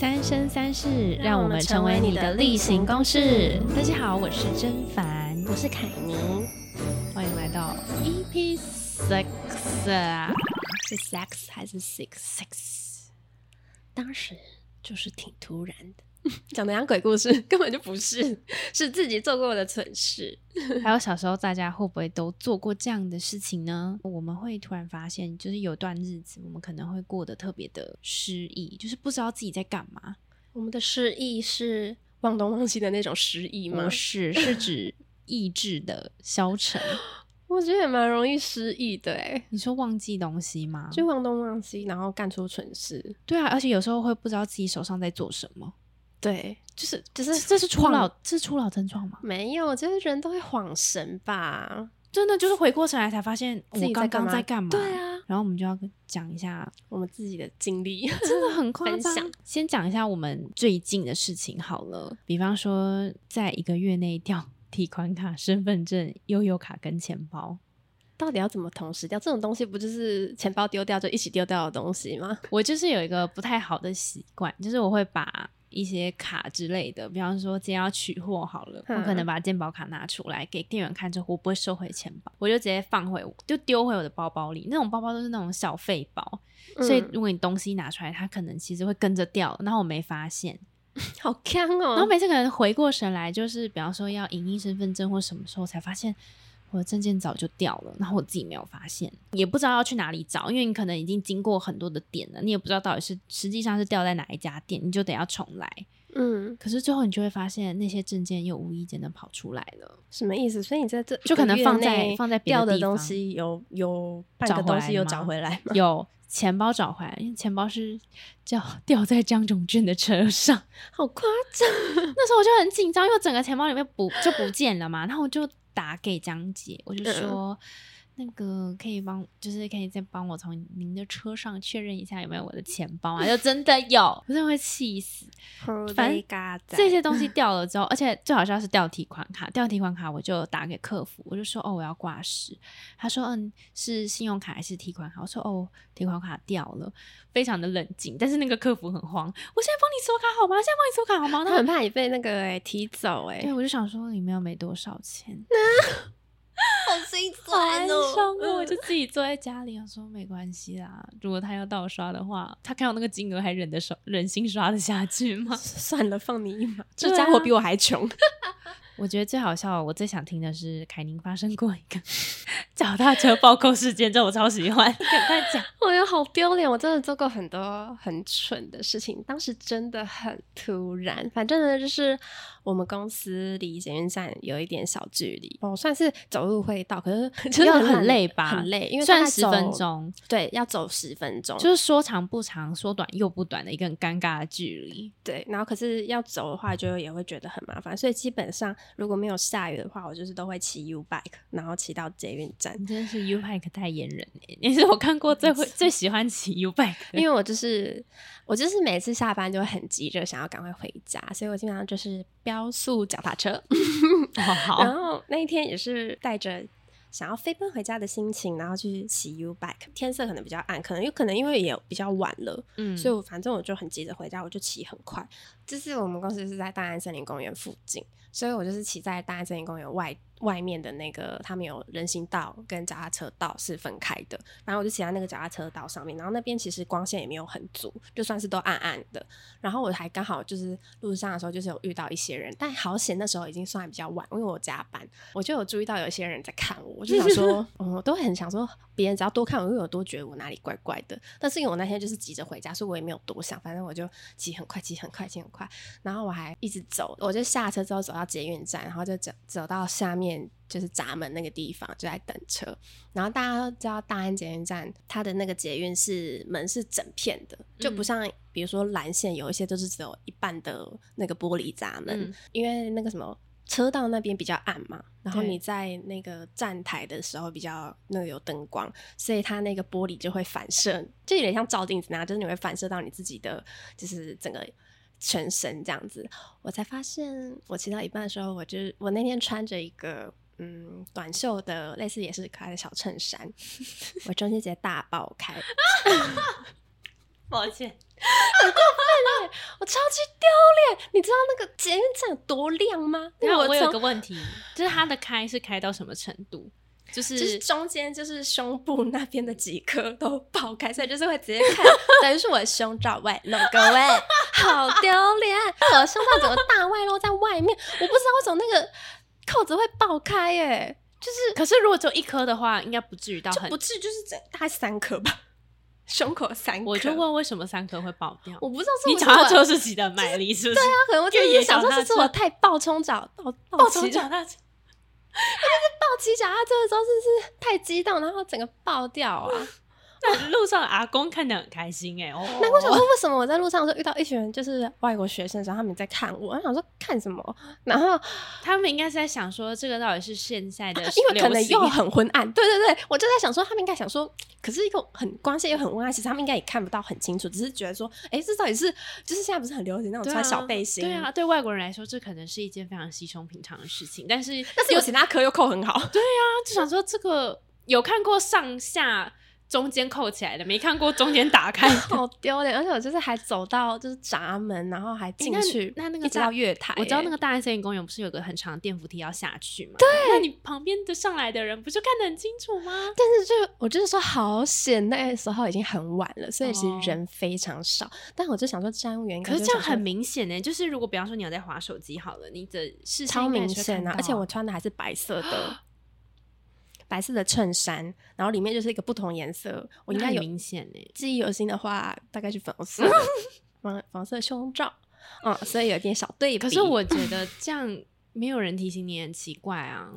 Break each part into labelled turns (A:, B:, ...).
A: 人生三世，
B: 让
A: 让
B: 我
A: 我
B: 们
A: 们
B: 成
A: 成
B: 为
A: 为
B: 你
A: 你
B: 的
A: 的
B: 例
A: 例
B: 行
A: 行
B: 公
A: 公
B: 事
A: 事。大家好，我是甄凡，
B: 我是凯妮，
A: 欢迎来到
B: E
A: EP Six 啊，
B: 是 sex 还是 six？
A: Six
B: 当时就是挺突然的， 讲的像鬼故事，根本就不是，是自己做过的蠢事。
A: 还有小时候大家会不会都做过这样的事情呢？我们会突然发现，就是有段日子我们可能会过得特别的失意，就是不知道自己在干嘛。
B: 我们的失忆是忘东忘西的那种失忆吗
A: 不？是，是指意志的消 沉。
B: 我觉得也蛮容易失忆的、欸，
A: 你说忘记东西吗？
B: 就忘东忘西，然后干出蠢事。
A: 对啊，而且有时候会不知道自己手上在做什么。
B: 对，就是就是
A: 这这是初
B: 晃
A: 老，这是初老症状吗？
B: 没有，就是人都会恍神吧？
A: 真的就是回过神来才发现哦
B: 自己
A: 我刚刚在
B: 在
A: 干嘛。
B: 对，啊，
A: 然后我们就要讲一 下，
B: 我们自己的经历。
A: 真的很夸
B: 分
A: 张
B: 享。
A: 先讲一下我们最近的事情好了，比方说，在一个月内掉 提款卡、身份证、悠悠卡跟钱包。
B: 到底要怎么同时掉？这种东西不就是钱包丢掉就一起丢掉的东西吗？
A: 我就是有一个不太好的习惯，就是我会把一些卡之类的，比方说今天要取货好了，
B: 嗯
A: 我可能把健保卡拿出来给店员看之后，我不会收回钱包，我就直接放回，就丢回我的包包里。那种包包都是那种小费包，所以
B: 嗯
A: 如果你东西拿出来，它可能其实会跟着掉，然后我没发现。
B: 好坑哦、
A: 然后每次可能回过神来，就是比方说要影印身份证或什么时候才发现我的证件早就掉了，然后我自己没有发现，也不知道要去哪里找，因为你可能已经经过很多的店了，你也不知道到底是实际上是掉在哪一家店，你就得要重来。
B: 嗯，
A: 可是最后你就会发现那些证件又无意间的跑出来 了，
B: 什么意思？所以你在这
A: 就可能放在
B: 一个月内
A: 放在别
B: 掉
A: 的
B: 的
A: 地
B: 东
A: 方
B: 西有有半
A: 找
B: 个
A: 回
B: 东
A: 来
B: 西有
A: 吗
B: 找回来吗？
A: 有钱包找回来，因为钱包是叫 掉在江总卷的车上。
B: 好夸张！
A: 那时候我就很紧张，因为我整个钱包里面不就不见了嘛，然后我就打给江姐，我就说。那个可以帮，就是可以再帮我从您的车上确认一下有没有我的钱包啊？就真的有，我真的会气死。反正这些东西掉了之后，而且最好笑是掉提款卡，掉提款卡我就打给客服，我就说哦我要挂失，他说嗯是信用卡还是提款卡？我说哦提款卡掉了，非常的冷静，但是那个客服很慌，我现在帮你锁卡好吗？现在帮你锁卡好吗？
B: 他很怕你被那个哎、提走哎、
A: 对，我就想说里面又没多少钱，
B: 好心嗯
A: 好哀伤哦！我
B: 我？
A: 就自己坐在家里，我说没关系啦，如果他要盗刷的话，他看到那个金额还忍得手忍心刷得下去吗
B: 算了，放你一马。
A: 对
B: 这
A: 啊
B: 家伙比我还穷，
A: 我觉得最好笑，我最想听的是凯宁发生过一个 脚踏车暴扣事件，这我超喜欢，赶快讲。
B: 我觉得好丢脸。我真的做过很多很蠢的事情，当时真的很突然。反正呢，就是我们公司离捷运站有一点小距离，我算是走路会到，可是真的
A: 要
B: 很
A: 很累吧
B: 很累，因为
A: 算
B: 大概
A: 十分
B: 走
A: 钟，
B: 对，要走十分钟，
A: 就是说长不长，说短又不短的一个很尴尬的距离。
B: 对，然后可是要走的话，就也会觉得很麻烦，所以基本上如果没有下雨的话，我就是都会骑 U bike，然后骑到捷运站，
A: 你真的是 U Bike 代言人、欸， 你是我看过最 会最喜欢骑 U Bike，的
B: 因为我就是我就是每次下班就会很急着想要赶快回家，所以我基本上就是飙速脚踏车。
A: 好哦好
B: 然后那一天也是带着想要飞奔回家的心情，然后去骑 U bike，天色可能比较暗，可能有可能因为也比较晚了，
A: 嗯
B: 所以我反正我就很急着回家，我就骑很快。就是我们公司是在大安森林公园附近，所以我就是骑在大安森林公园外外面的那个，他们有人行道跟脚踏车道是分开的，然后我就骑在那个脚踏车道上面，然后那边其实光线也没有很足，就算是都暗暗的。然后我还刚好就是路上的时候，就是有遇到一些人，但好险那时候已经算比较晚，因为我加班，我就有注意到有一些人在看我，我就想说，嗯，我都会很想说，别人只要多看我，因为我多觉得我哪里怪怪的。但是因为我那天就是急着回家，所以我也没有多想，反正我就骑很快，骑很快，骑很快，然后我还一直走，我就下车之后走到捷运站，然后就走走到下面就是闸门那个地方，就在等车。然后大家都知道大安捷运站，它的那个捷运是门是整片的，就不像比如说蓝线有一些就是只有一半的那个玻璃闸门，
A: 嗯
B: 因为那个什么车道那边比较暗嘛，然后
A: 对
B: 你在那个站台的时候比较那个有灯光，所以它那个玻璃就会反射，就有点像照镜子那样，就是你会反射到你自己的就是整个。全身这样子，我才发现，我骑到一半的时候，我就是我那天穿着一个嗯短袖的，类似也是可爱的小衬衫，我中间直接大爆开，
A: 抱歉，
B: 我超级丢脸。你知道那个捷运站有多亮吗？
A: 然啊后我有
B: 从
A: 个问题，就是它的开是开到什么程度？就
B: 就是
A: 是
B: 中间就是胸部那边的几颗都爆开，所以就是会直接看，等于是我的胸罩外露。各位，好丢脸！我的胸罩整个大外露在外面，我不知道为什么那个扣子会爆开耶、就是
A: 可是如果只有一颗的话，应该不至于到
B: 就
A: 哦很
B: 不。至于就是整大概三颗吧，胸口三颗。
A: 我就，问为什么三颗会爆掉？
B: 我不知道是
A: 你
B: 我
A: 脚踏
B: 是我
A: 车是骑的卖力是不是？对
B: 他可能我
A: 越
B: 真的
A: 野
B: 是想
A: 脚
B: 说，
A: 踏
B: 是
A: 车
B: 我太暴冲脚暴
A: 抱
B: 暴
A: 起
B: 起
A: 脚踏车，
B: 抱起脚踏车的时候，是是太激动，然后整个爆掉啊！
A: 那路上阿公看得很开心 哎、哦，
B: 难怪我想说，为什么我在路上的时候遇到一群人就是外国学生的时候，他们在看我，我想说看什么？然后
A: 他们应该是在想说这个到底是现在的流行，
B: 啊因为可能又很昏暗，对对对，我就在想说，他们应该想说，可是一个很光线又很昏暗，其实他们应该也看不到很清楚，只是觉得说，哎，这到底是就是现在不是很流行那种
A: 对啊
B: 穿小背心？
A: 对啊，，对外国人来说这可能是一件非常稀松平常的事情，但是
B: 但是有其他科又扣很好，
A: 他就想说这个有看过上下中间扣起来的，没看过中间打开的
B: 好丢脸！而且我就是还走到就是闸门，然后还进去，
A: 那那那个
B: 一直
A: 大
B: 到月台，
A: 我知道那个大安森林公园不是有个很长的电扶梯要下去吗？对，那你旁边的上来的人不就看得很清楚吗？
B: 但是就我就是说好险，那个时候已经很晚了，所以其
A: 哦
B: 实人非常少。但我就想说，站务员应该
A: 可是
B: 就
A: 这样
B: 想说
A: 很明显呢、就是如果比方说你有在划手机好了，你的视线
B: 超
A: 应该
B: 明
A: 也是会
B: 显
A: 看
B: 啊
A: 到！
B: 而且我穿的还是白色 的，白色的衬衫，然后里面就是一个不同颜色。我应
A: 那
B: 该
A: 很
B: 有
A: 明显呢、
B: 记忆犹新的话，大概是粉红 色粉粉红色胸罩，嗯，所以有一点小对比。
A: 可是我 觉得这样没有人提醒你很奇怪啊。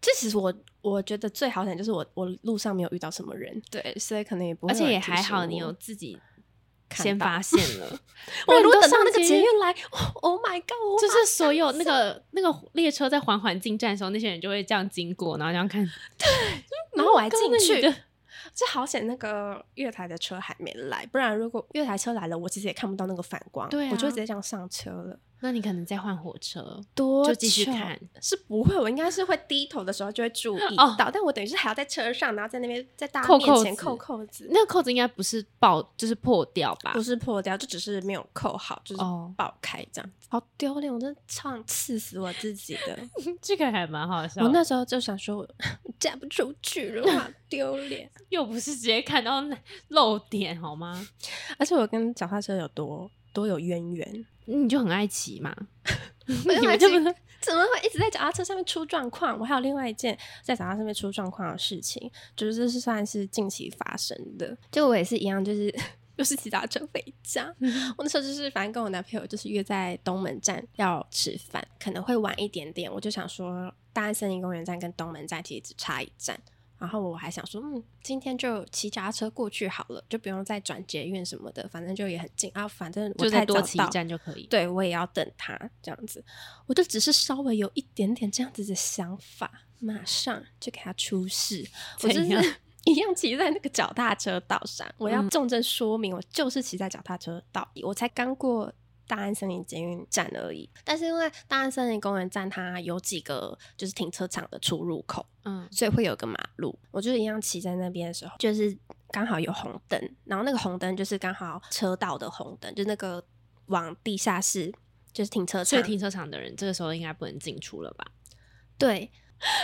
B: 这其实我我觉得最好点就是我我路上没有遇到什么人，对，所以可能也不会
A: 而
B: 有
A: 且
B: 人
A: 也
B: 提
A: 还
B: 醒
A: 好，你
B: 我
A: 有自己
B: 看
A: 先
B: 到
A: 发现 了。不
B: 我
A: 然
B: 如
A: 你
B: 果
A: 都
B: 等到
A: 上
B: 那个
A: 街
B: 捷运来，Oh my god！
A: 就是所有那个那个列车在缓缓进站的时候，那些人就会这样经过，然后这样看。
B: 然后我还进
A: 刚刚
B: 去
A: 你的，
B: 就好险那个月台的车还没来，不然如果月台车来了，我其实也看不到那个反光，
A: 对啊
B: 我就会直接这样上车了。
A: 那你可能再换火车，
B: 多
A: 就继续
B: 久
A: 看。
B: 是不会，我应该是会低头的时候就会注意
A: 哦
B: 到，但我等于是还要在车上，然后在那边在大家
A: 扣
B: 面
A: 扣
B: 前
A: 子
B: 扣扣子，
A: 那个扣子应该不是爆，就是破掉吧
B: 不？是破掉，就只是没有扣好，就是
A: 哦
B: 爆开这样，好丢脸，我真的超想刺死我自己的。
A: 这个还蛮好笑。
B: 我那时候就想说，我嫁不出去了，好丢脸。
A: 又不是直接看到那漏点好吗？
B: 而且我跟脚踏车有多多有渊源，
A: 你就很爱骑嘛，
B: 就
A: 你
B: 爱
A: 们
B: 骑
A: 就不能
B: 怎么会一直在脚踏车上面出状况？我还有另外一件在脚踏上面出状况的事情，就是这是算是近期发生的。就我也是一样，就是 又是骑脚踏车回家。
A: 嗯
B: 我那时候就是反正跟我男朋友就是约在东门站要吃饭，可能会晚一点点。我就想说，大安森林公园站跟东门站其实只差一站。然后我还想说，嗯，今天就骑脚踏车过去好了，就不用再转捷运什么的，反正就也很近啊。反正我
A: 就
B: 太
A: 再
B: 早
A: 多骑
B: 到
A: 一站就可以。
B: 对我也要等他这样子，我就只是稍微有一点点这样子的想法，马上就给他出事。我就
A: 怎样
B: 是 一样骑在那个脚踏车道上，我要
A: 嗯
B: 重正说明，我就是骑在脚踏车道，我才刚过。大安森林捷运站而已，但是因为大安森林公园站它有几个就是停车场的出入口，
A: 嗯，
B: 所以会有个马路。我就一样骑在那边的时候，就是刚好有红灯，然后那个红灯就是刚好车道的红灯，就那个往地下室就是停车
A: 所
B: 场
A: 以，停车场的人这个时候应该不能进出了吧？
B: 对，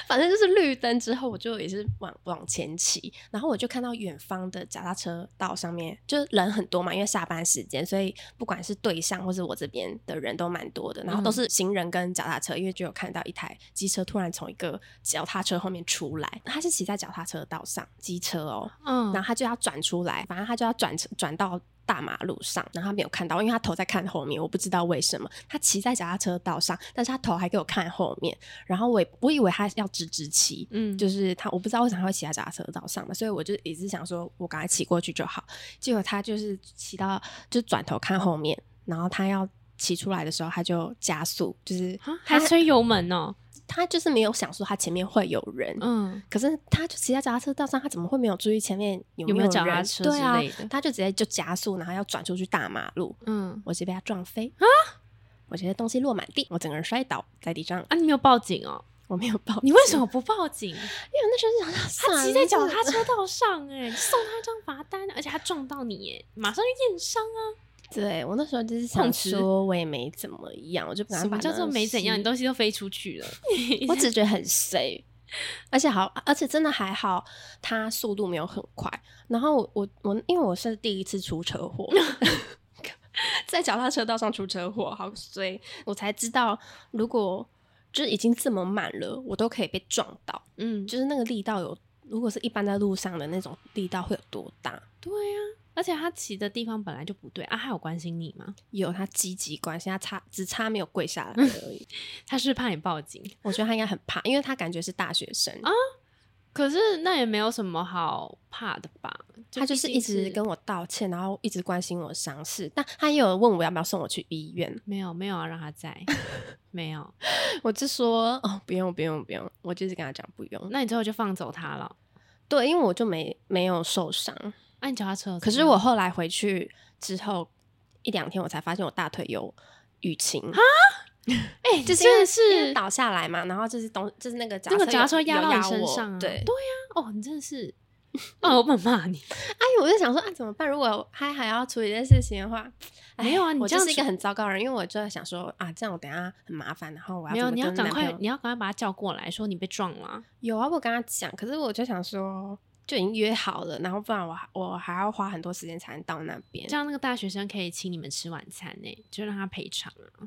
B: 反正就是绿灯之后，我就也是往往前骑，然后我就看到远方的脚踏车道上面，就是人很多嘛，因为下班时间，所以不管是对象或是我这边的人都蛮多的，然后都
A: 嗯
B: 是行人跟脚踏车，因为就有看到一台机车突然从一个脚踏车后面出来，他是骑在脚踏车道上，机车哦，
A: 嗯
B: 然后他就要转出来，反正他就要转转到大马路上，然后他没有看到，因为他头在看后面，我不知道为什么他骑在脚踏车道上，但是他头还给我看后面，然后我也我以为他要直直骑。
A: 嗯，
B: 就是他，我不知道为什么他会骑在脚踏车道上嘛，所以我就一直想说，我赶快骑过去就好。结果他就是骑到，就转头看后面，然后他要骑出来的时候，他就加速，就是
A: 啊还
B: 他
A: 吹油门 哦，
B: 他就是没有想说他前面会有人，
A: 嗯，
B: 可是他就骑在脚踏车道上，他怎么会没有注意前面有
A: 有没
B: 没
A: 有
B: 有
A: 脚踏
B: 人
A: 车
B: 对啊
A: 之类的，
B: 他就直接就加速，然后要转出去大马路，
A: 嗯
B: 我直接被他撞飞啊！我觉得东西落满地，我整个人摔倒在地上，
A: 啊，你没有报警哦？
B: 我没有报。
A: 你为什？么不报警？
B: 因为我那时候就想说，
A: 他骑
B: 算
A: 在
B: 了
A: 脚踏
B: 就
A: 车
B: 是
A: 道上、哎，你送他一张罚单，而且他撞到你、哎，马上就验伤啊！
B: 对我那时候就是
A: 碰
B: 想
A: 瓷
B: 说，我也没怎么样，我就不敢
A: 什
B: 把
A: 么叫做
B: 那
A: 没怎样？
B: 西
A: 你东西都飞出去了，
B: 我只觉得很 safe，而且好，而且真的还好，他速度没有很快。然后我我我，因为我是第一次出车祸，在脚踏车道上出车祸，好衰！我才知道，如果就是已经这么慢了，我都可以被撞到，
A: 嗯，
B: 就是那个力道有，如果是一般在路上的那种力道会有多大？
A: 对啊呀、而且他骑的地方本来就不对啊，他有关心你吗？
B: 有他积极关心，他差只差没有跪下来而已。
A: 他是怕你报警，
B: 我觉得他应该很怕，因为他感觉是大学生，
A: 可是那也没有什么好怕的吧？
B: 他就是
A: 毕
B: 一
A: 竟
B: 直跟我道歉，然后一直关心我的伤势。但他也有问我要不要送我去医院，
A: 没有没有要让他 在，没有，
B: 我就说哦，不用不用不用，我就是跟他讲不用。
A: 那你之后就放走他了。
B: 对，因为我就没没有受伤，
A: 那、你脚踏车有怎么样，
B: 可是我后来回去之后一两天，我才发现我大腿有淤青，
A: 哎、就
B: 就
A: 是
B: 因为
A: 是
B: 因为
A: 是
B: 倒下来嘛，然后就是东就是那个脚
A: 那个
B: 车
A: 脚踏车
B: 有
A: 压
B: 有
A: 到
B: 压
A: 你身
B: 我
A: 上啊，
B: 对，
A: 对呀、哦，你真的 是，哦，我本骂 你，
B: 哎呦，我就想说啊，怎么办？如果他还要处理这件事情的话，哎
A: 没有啊你
B: 我
A: 这
B: 就
A: 样
B: 是一个
A: 处
B: 很糟糕的人，因为我就在想说啊，这样我等一下很麻烦，然后我要
A: 没有，
B: 怎么
A: 你要
B: 跟
A: 赶
B: 男
A: 快
B: 朋，友
A: 你要赶快把他叫过来，说你被撞了啊，
B: 有啊，我跟他讲，可是我就想说就已经约好了，然后不然我还我还要花很多时间才能到那边
A: 这。样那个大学生可以请你们吃晚餐呢、就让他赔偿啊。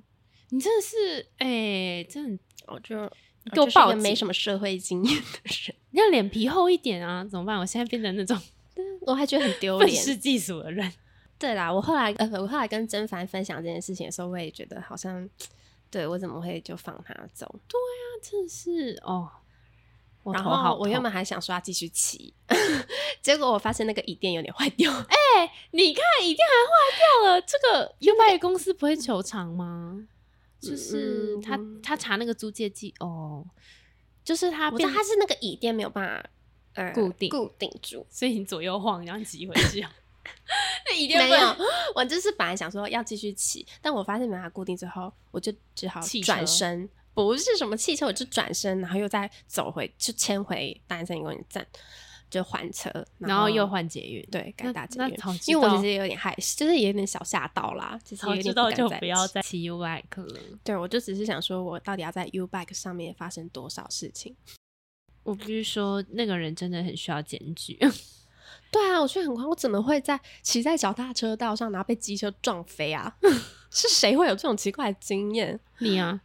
A: 你真的是，哎、真的，
B: 我
A: 你
B: 就我
A: 给我
B: 哦就是一
A: 报
B: 个
A: 警，
B: 没什么社会经验的人，
A: 你要脸皮厚一点啊！怎么办？我现在变成那种
B: 我还觉得很丢
A: 愤
B: 脸。
A: 世嫉俗的人。
B: 对啦，我后来呃，我后来跟甄凡分享这件事情的时候，我也觉得好像对我怎么会就放他走？
A: 那真的是哦，我
B: 然
A: 头
B: 后
A: 好
B: 我原
A: 痛
B: 本还想说要继续骑， 结果我发现那个椅垫有点坏掉。哎、
A: 你看一定还坏掉了，这 个 U b i 公司不会求偿吗？就是
B: 嗯
A: 他
B: 嗯
A: 他查那个租借记哦，就是他
B: 我知
A: 变
B: 道它是那个椅垫没有办法呃
A: 固定
B: 固定住。
A: 所以你左右晃，然后挤回去哦。 那一定
B: 没有，我就是本来想说要继续骑，但我发现没办法固定之后，我就只好
A: 汽车
B: 转身，不是什么汽车，我就转身，然后又再走回，就迁回大安森林公园站，就换车，
A: 然后又换捷运，
B: 对
A: 那
B: 改大捷
A: 那
B: 运
A: 早知，
B: 因为我
A: 道
B: 其实有点害羞，就是有点小吓到啦，其实
A: 早
B: 有
A: 知
B: 点
A: 道
B: 敢
A: 就
B: 再
A: 不要
B: 骑
A: 再骑 U bike 了。
B: 对，我就只是想说，我到底要在 U Bike 上面发生多少事情？
A: 我必须说，那个人真的很需要检举。
B: 对啊，我觉得很狂，我怎么会在骑在脚踏车道上，然后被机车撞飞啊？ 是谁会有这种奇怪的经验？
A: 你 啊，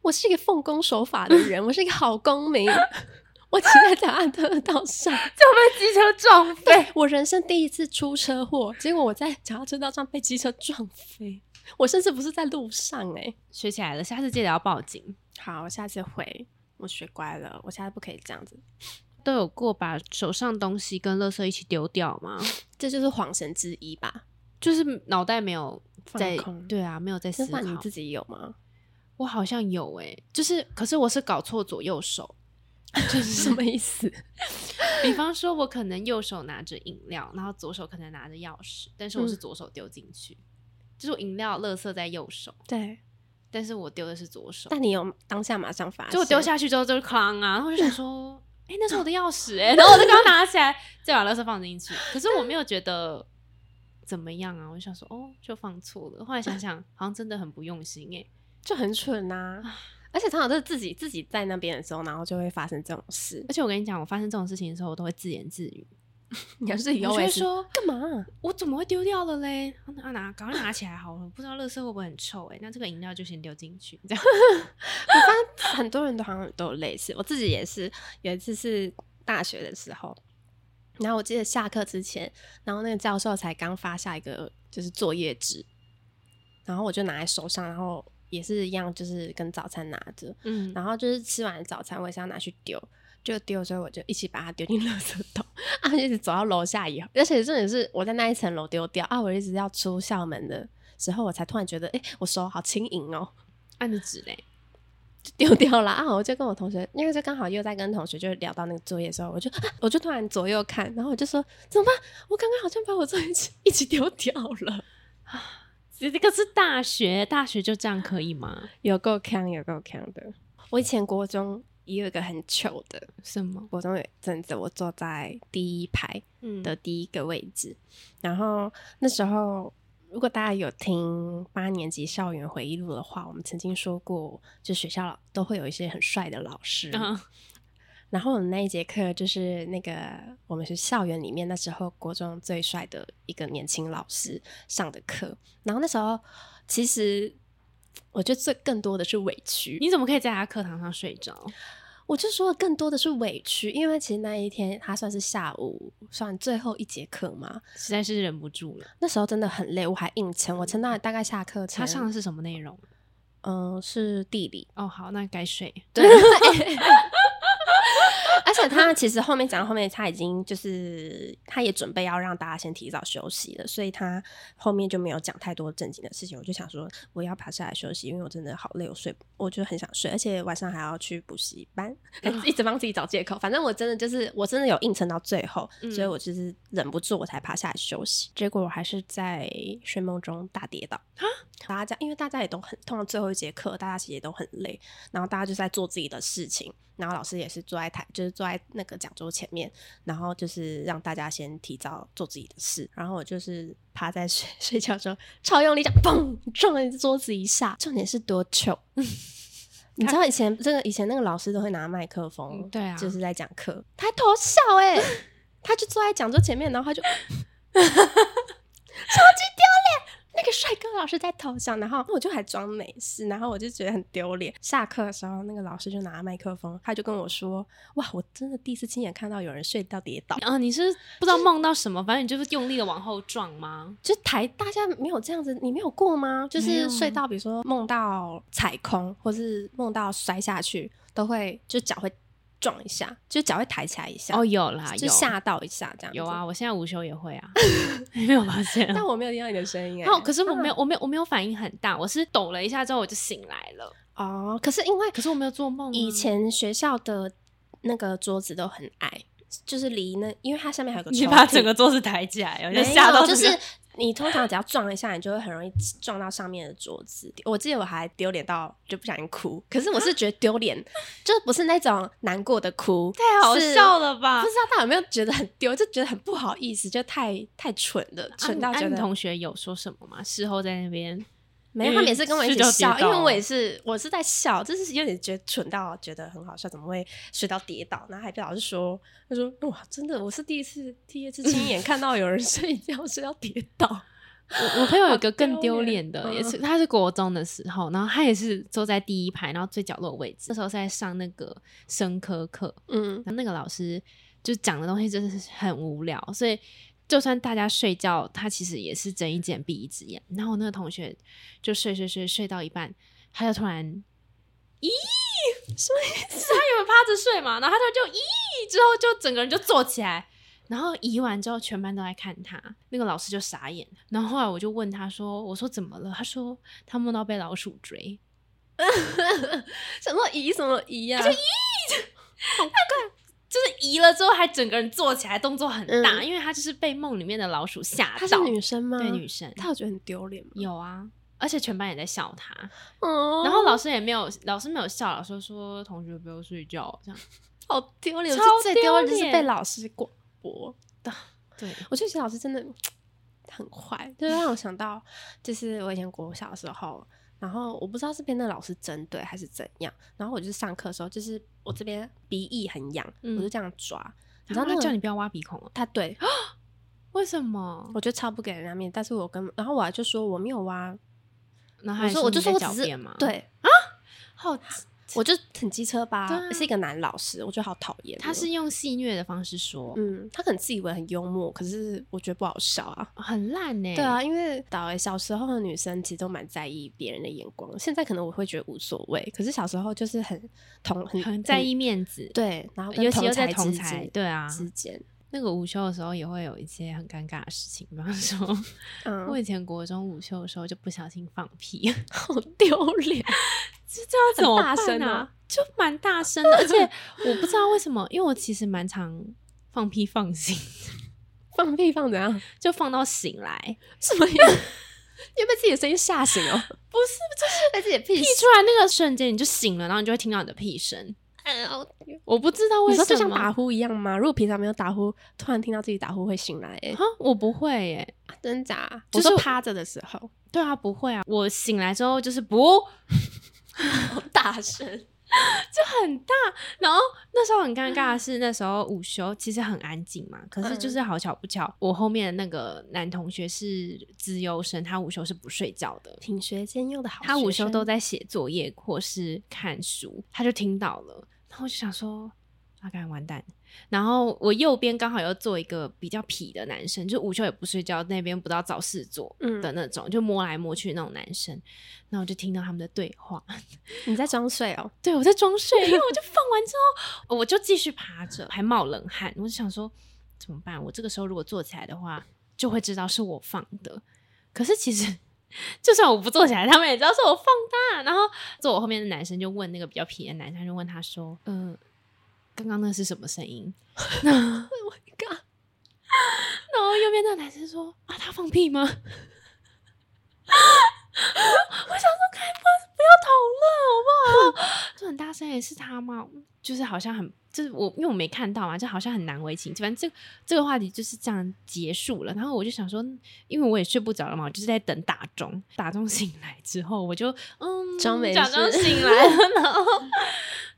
B: 我是一个奉公守法的人，我是一个好公民。 我骑在脚踏车道上，
A: 就被机车撞飞。
B: 对我人生第一次出车祸，结果我在脚踏车道上被机车撞飞，我甚至不是在路上哎、
A: 学起来了，下次记得要报警。
B: 好，我下次会，我学乖了，我下次不可以这样子。
A: 都有过把手上东西跟垃圾一起丢掉吗？
B: 这就是谎神之一吧？
A: 就是脑袋没有在
B: 放空
A: 对啊，没有在思考。
B: 那 你自己有吗？
A: 我好像有哎、就是可是我是搞错左右手，
B: 就是 什么意思？
A: 比方说我可能右手拿着饮料，然后左手可能拿着钥匙，但是我是
B: 嗯
A: 左手丢进去，就是我饮料垃圾在右手，
B: 对，
A: 但是我丢的是左手，
B: 但你有当下马上发现，
A: 就我丢下去之后啊就是哐啊，然后我就想说，哎、那是我的钥匙 哎、然后我就刚拿起来，再把垃圾放进去，可是我没有觉得。怎么样啊？我就想说，哦，就放错了。后来想想，好像真的很不用心哎、
B: 就很蠢呐、
A: 啊
B: 而且常常都是自己自己在那边的时候，然后就会发生这种事。
A: 而且我跟你讲，我发生这种事情的时候，我都会自言自 语，
B: 你要是
A: 我就会说
B: 干嘛？
A: 我怎么会丢掉了嘞？啊拿，赶快拿起来好了，不知道垃圾会不会很臭哎、那这个饮料就先丢进去， 这样
B: 很多人都好像都有类似，我自己也是。有一次是大学的时候，然后我记得下课之前，然后那个教授才刚发下一个就是作业纸，然后我就拿在手上，然后也是一样，就是跟早餐拿着，
A: 嗯，
B: 然后就是吃完早餐，我也是要拿去丢，就丢，所以我就一起把它丢进垃圾桶。啊，就一直走到楼下以后，而且重点是我在那一层楼丢掉啊，我一直要出校门的时候，我才突然觉得，哎、我手好轻盈哦，
A: 按着纸嘞，
B: 就丢掉了啊！我就跟我同学，因为就刚好又在跟同学就聊到那个作业的时候，我就、啊、我就突然左右看，然后我就说怎么办？我刚刚好像把我作业一起一起丢掉了，
A: 这个是大学，大学就这样可以吗？
B: 有够坑，有够坑的。我以前国中也有一个很糗的，
A: 什么？
B: 国中有一阵子我坐在第一排，
A: 嗯
B: 的第一个位置。然后那时候如果大家有听八年级校园回忆录的话，我们曾经说过，就学校都会有一些很帅的老师。
A: 嗯
B: 然后我们那一节课就是那个我们是校园里面那时候国中最帅的一个年轻老师上的课。然后那时候其实我觉得最更多的是委屈，
A: 你怎么可以在他课堂上睡着？
B: 我就说更多的是委屈，因为其实那一天他算是下午算最后一节课嘛，
A: 实在是忍不住了。
B: 那时候真的很累，我还硬撑，我撑到大概下课前。
A: 他上的是什么内容？
B: 嗯、是地理，
A: 哦，好，那该睡。
B: 对。 而且他其实后面讲到后面，他已经就是他也准备要让大家先提早休息了，所以他后面就没有讲太多正经的事情。我就想说，我要爬下来休息，因为我真的好累，我睡，我就很想睡，而且晚上还要去补习 班，一直帮自己找借口。反正我真的就是，我真的有硬撑到最后，
A: 嗯
B: 所以我就是忍不住，我才爬下来休息。结果我还是在睡梦中大跌倒大家因为大家也都很，通常最后一节课大家其实也都很累，然后大家就在做自己的事情，然后老师也是坐在台，就是坐在那个讲桌前面，然后就是让大家先提早做自己的事，然后我就是趴在睡 睡觉的时候，超用力讲，砰撞了桌子一下，重点是多糗。 你知道以前这个以前那个老师都会拿麦克风，
A: 嗯对啊
B: 就是在讲课，他还偷笑哎、
A: 欸
B: 他就坐在讲桌前面，然 后他就超级丢脸。那个帅哥老师在头上，然后我就还装没事，然后我就觉得很丢脸。下课的时候，那个老师就拿麦克风，他就跟我说：“哇，我真的第一次亲眼看到有人睡到跌倒。”
A: 啊、你是不知道梦到什么，反正你就是用力的往后撞吗？
B: 就台大家没有这样子，你没有过吗？就
A: 没有
B: 是
A: 啊
B: 睡到，比如说梦到踩空，或是梦到摔下去，都会就脚会撞一下，就脚会抬起来一下，
A: 哦，有啦，
B: 就
A: 有
B: 吓到一下这样。
A: 有啊，，我现在午休也会啊，你 没有发现啊？
B: 但我没有听到你的声音哎、
A: 然后哦可是我没嗯有，我没有，我没有反应很大，我是抖了一下之后我就醒来了，
B: 哦，可是因为
A: 可是我没有做梦啊、
B: 以前学校的那个桌子都很矮，就是离那，因为它下面还有 个
A: 你
B: 抽
A: 把
B: 屉
A: 整个桌子抬起来，我
B: 没
A: 就
B: 有，
A: 吓到
B: 就
A: 整个
B: 是 你通常只要撞一下，你就会很容易撞到上面的桌子。我记得我还丢脸到就不小心哭，可是我是觉得丢脸，就不是那种难过的 哭，
A: 太好
B: 是
A: 笑了吧
B: 不知？道他有没有觉得很丢，就觉得很不好意思，就太太蠢了，蠢到
A: 啊
B: 觉
A: 你
B: 得、
A: 同学有说什么吗？事后在那边
B: 没有。他们也是跟我一
A: 睡
B: 起
A: 到跌
B: 笑，因为
A: 倒
B: 我也是我是在笑，就是有点觉得蠢到觉得很好笑，怎么会睡到跌倒？然后还被老师说，他说哇，真的我是第一次第一次亲眼看到有人 睡觉睡到跌倒。
A: 我我朋友有一个更
B: 好丢
A: 丢脸
B: 脸
A: 的，也
B: 嗯
A: 是他是国中的时候，然后他也是坐在第一排，然后最角落的位置。那时候是在上那个生科课，
B: 嗯，
A: 然后那个老师就讲的东西真的是很无聊，所以就算大家睡觉，他其实也是睁一只眼闭一只眼。然后我那个同学就睡睡睡睡到一半，他就突然，咦，
B: 什
A: 么意思？他原本趴着睡嘛，然后他就就咦，之后就整个人就坐起来。然后移完之后，全班都在看他，那个老师就傻眼。然后后来我就问他说：“我说怎么了？”他说他梦到被老鼠追，
B: 想说姨 什么姨啊呀、
A: 就是移了之后还整个人坐起来，动作很大，
B: 嗯
A: 因为他就是被梦里面的老鼠吓到。
B: 她是女生啊吗？
A: 对女生，
B: 她有觉得很丢脸吗？
A: 有啊，而且全班也在笑他，
B: 哦
A: 然后老师也没有，老师没有笑，老师说同学不要睡觉这样。
B: 好丢脸，
A: 超
B: 我最丢脸
A: 丢
B: 就是
A: 脸
B: 被老师广播。
A: 对，
B: 我觉得其实老师真的很坏，就是让我想到，就是我以前国小的时候，然后我不知道是被那老师针对还是怎样，然后我就是上课的时候，就是我这边鼻翼很痒，
A: 嗯
B: 我就这样抓，
A: 然
B: 你知道
A: 后
B: 那
A: 他
B: 个
A: 叫你不要挖鼻孔哦了，
B: 他对
A: 为什么？
B: 我觉得超不给人家面，子，但是我跟然后我还就说我没有挖，
A: 然后
B: 我说我就说我只
A: 狡
B: 是
A: 辩嘛，，
B: 对，
A: 好，
B: 我就很机车吧，
A: 对啊
B: 是一个男老师，我觉得好讨厌哦。
A: 他是用戏谑的方式说，
B: 嗯，他可能自以为很幽默，可是我觉得不好笑啊。
A: 很烂呢、
B: 对，啊，因为导演小时候的女生其实都蛮在意别人的眼光，现在可能我会觉得无所谓，可是小时候就是很同很
A: 很在意，面子，
B: 对，然后跟
A: 尤其又在
B: 同
A: 同
B: 之
A: 才，
B: 间
A: 对啊。
B: 之间，
A: 那个午休的时候也会有一些很尴尬的事情，比方说，
B: 嗯，
A: 我以前国中午休的时候就不小心放屁，
B: 好丢脸，
A: 这这要怎么办
B: 很大声
A: 啊
B: 啊？
A: 就蛮大声的，而且我不知道为什么，因为我其实蛮常放屁放醒，
B: 放屁放怎样？
A: 就放到醒来，
B: 什么意思？因为被自己的声音吓醒哦，
A: 不是就是
B: 被自己的屁
A: 屁出来那个瞬间你就醒了，然后你就会听到你的屁声。我不知哦道为
B: 你
A: 什么，
B: 说就像打呼一样吗？如果平常没有打呼，突然听到自己打呼会醒来、欸，
A: 啊，我不会耶、
B: 挣扎，
A: 就是
B: 我说趴着的时候，
A: 对啊，不会啊，我醒来之后就是不。
B: 大声，
A: 很大。然后那时候很尴尬的是，那时候午休其实很安静嘛，可
B: 嗯
A: 是就是好巧不巧，我后面的那个男同学是资优生，他午休是不睡觉的。
B: 品学兼优的好学生。
A: 他午休都在写作业或是看书，他就听到了，然后我就想说，啊，干完蛋。然后我右边刚好又坐一个比较痞的男生，就午休也不睡觉，那边不知道找事做
B: 嗯
A: 的那种，就摸来摸去那种男生。然后我就听到他们的对话，
B: 你在装睡哦，
A: 对，我在装睡，因为 我就放完之后，哦我就继续爬着，还冒冷汗。我就想说，怎么办？我这个时候如果坐起来的话，就会知道是我放的。可是其实， 就算我不坐起来，他们也知道是我放的啊。然后坐我后面的男生就问那个比较皮的男生，他就问他说：“呃，刚刚那是什么声音？”那我
B: 靠！
A: 然后右边那个男生说：“啊，他放屁吗？” 我想说，开不不要讨论好不 好？就很大声，也是他吗？就是好像很，就是我因为我没看到嘛，就好像很难为情。反正这这个话题就是这样结束了。然后我就想说，因为我也睡不着了嘛，我就是在等打钟。打钟醒来之后，我就嗯，
B: 装没
A: 假装
B: 事
A: 醒来 了。然后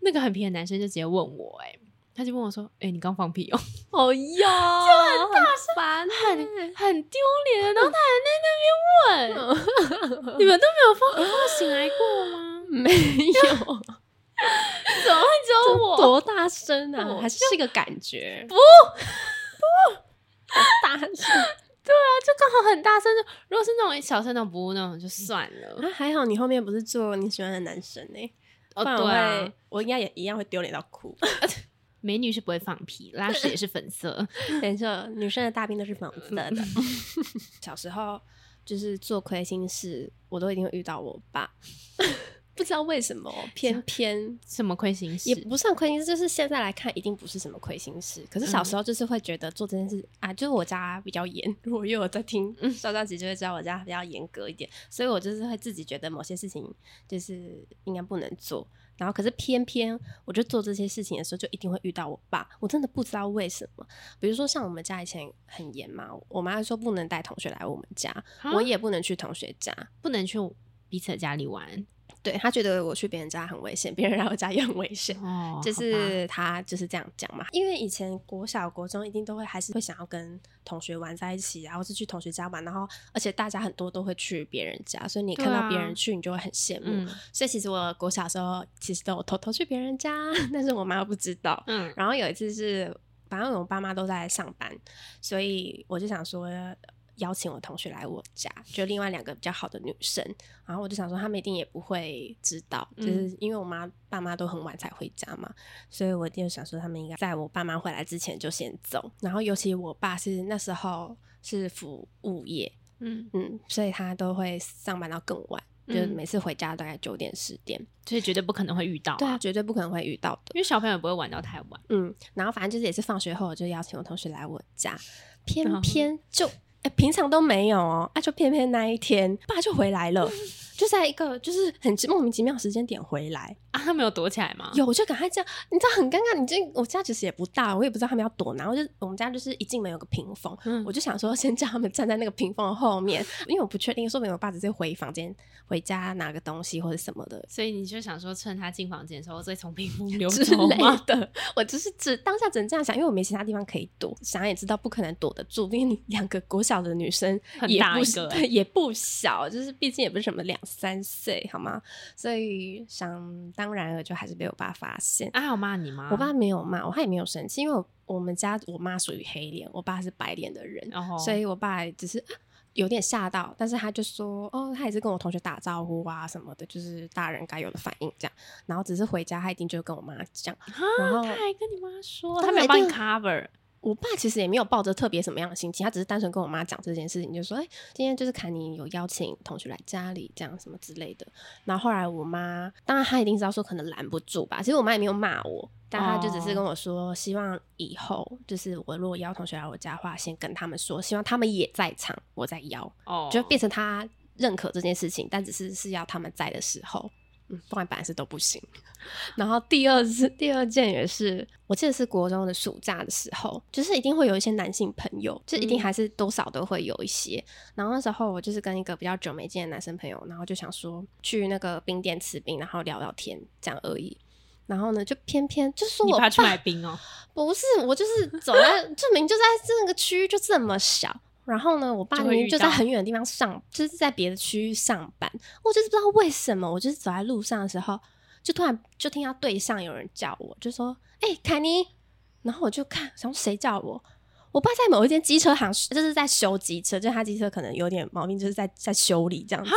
A: 那个很皮的男生就直接问我、哎，他就问我说，哎、你刚放屁哦、
B: 哦哟，就很大声，烦
A: 很欸
B: 嗯
A: 很丢脸。然后他还在那边问，
B: 嗯
A: 你们都没有放放醒来过 吗？
B: 没有，
A: 怎么会只有哦我？
B: 多大声
A: 我
B: 啊？还是是个感觉，不不，大声。
A: 啊就刚好很大声，就如果是那种小声的不那种就算了。
B: 啊，还好你后面不是做你喜欢的男生呢、
A: 哦，
B: 不然
A: 对
B: 我会，
A: 啊，
B: 我应该也一样会丢脸到哭。
A: 美女是不会放屁，拉屎也是粉色。
B: 没错，女生的大便都是粉色的。 小时候就是做亏心事，我都一定会遇到我爸， 不知道为什么偏偏。
A: 什么亏心
B: 也
A: 事？
B: 不算亏心事，就是现在来看，一定不是什么亏心事。可是小时候就是会觉得做这件事、啊，就是我家比较严。 如果又有在听稍稍集，就会知道我家比较严格一点，所以我就是会自己觉得某些事情就是应该不能做。然后，可是偏偏我就做这些事情的时候，就一定会遇到我爸。我真的不知道为什么。比如说，像我们家以前很严嘛，我妈说不能带同学来我们家，
A: 啊
B: 我也不能去同学家。
A: 不能去彼此的家里玩
B: 对她觉得我去别人家很危险，别人来我家也很危险。
A: 哦
B: 就
A: 好吧
B: 是他就是这样讲嘛，因为以前国小、国中一定都会还是会想要跟同学玩在一起啊，或是去同学家玩，然后而且大家很多都会去别人家，所以你
A: 对
B: 看到别
A: 啊
B: 人去，你就会很羡慕。
A: 嗯
B: 所以其实我国小的时候其实都有偷偷去别人家， 但是我妈不知道。
A: 嗯
B: 然后有一次是，反正我爸妈都在上班，所以我就想说邀请我同学来我家，就另外两个比较好的女生。然后我就想说，他们一定也不会知道，就是因为我妈爸妈都很晚才回家嘛，所以我就想说，他们应该在我爸妈回来之前就先走。然后尤其我爸是那时候是服务业，
A: 嗯，
B: 嗯，所以他都会上班到更晚。就是
A: 嗯
B: 每次回家大概九点十点，
A: 所以绝对不可能会遇到、啊。
B: 对啊，，绝对不可能会遇到的。
A: 因为小朋友也不会玩到太晚。
B: 嗯，然后反正就是也是放学后，我就邀请我同学来我家，
A: 然
B: 偏
A: 后
B: 偏就哎、平常都没有哦，啊就偏偏那一天爸就回来 了，就在一个就是很莫名其妙的时间点回来，
A: 啊，他们有躲起来吗？
B: 有我就赶快这样，你知道很尴尬，你这我家其实也不大，我也不知道他们要躲哪，然后就我们家就是一进门有个屏风，
A: 嗯，
B: 我就想说先叫他们站在那个屏风的后面，因为我不确定，说不定我爸只是回房间回家拿个东西或者什么的，
A: 所以你就想说，趁他进房间的时候，再从屏 幕溜
B: 之
A: 走
B: 类
A: 吗？
B: 的。我就是只当下只能这样想，因为我没其他地方可以躲，想也知道不可能躲得住，因为你两个国小的女生
A: 很
B: 也
A: 大
B: 不
A: 一
B: 是
A: 个欸
B: 对，也不小，就是毕竟也不是什么两三岁，好吗？所以想当然了，就还是被我爸发现。
A: 啊，我骂你吗？
B: 我爸没有骂我，他也没有生气，因为我我们家我妈属于黑脸，我爸是白脸的人，
A: 然后
B: 所以我爸只是啊有点吓到，但是他就说，哦，他也是跟我同学打招呼啊什么的，就是大人该有的反应这样。然后只是回家，他一定就跟我妈讲。
A: 啊，
B: 然后
A: 他还跟你妈说，
B: 当
A: 他没有
B: 然
A: 帮你
B: 一定
A: cover。
B: 我爸其实也没有抱着特别什么样的心情，他只是单纯跟我妈讲这件事情，就说，哎、今天就是看你有邀请同学来家里这样什么之类的。然后后来我妈，当然她一定知道说可能拦不住吧，其实我妈也没有骂我。但她就只是
A: 哦
B: 跟我说，希望以后就是我如果邀同学来我家的话，先跟他们说，希望他们也在场，我再邀。
A: 哦，
B: 就变成他认可这件事情，但只是是要他们在的时候。嗯，不然本来是都不行。 然后第二次第二件也是，我记得是国中的暑假的时候，就是一定会有一些男性朋友，就
A: 嗯
B: 一定还是多少都会有一些。然后那时候我就是跟一个比较久没见的男生朋友，然后就想说去那个冰店吃冰，然后聊聊天这样而已。然后呢，就偏偏就说
A: 你
B: 我
A: 怕去
B: 爸
A: 买冰 哦？
B: 不是，我就是走在，证明就在这个区域就这么小。然后呢，我爸
A: 就
B: 明
A: 会
B: 明
A: 遇
B: 就在
A: 到
B: 很远的地方上，就是在别的区域上班。我就是不知道为什么，我就是走在路上的时候，就突然就听到对上有人叫我，就说：“哎、凯妮。”然后我就看，想说谁叫我？我爸在某一间机车行，就是在修机车，就是他机车可能有点毛病，就是在在修理这样子。
A: 啊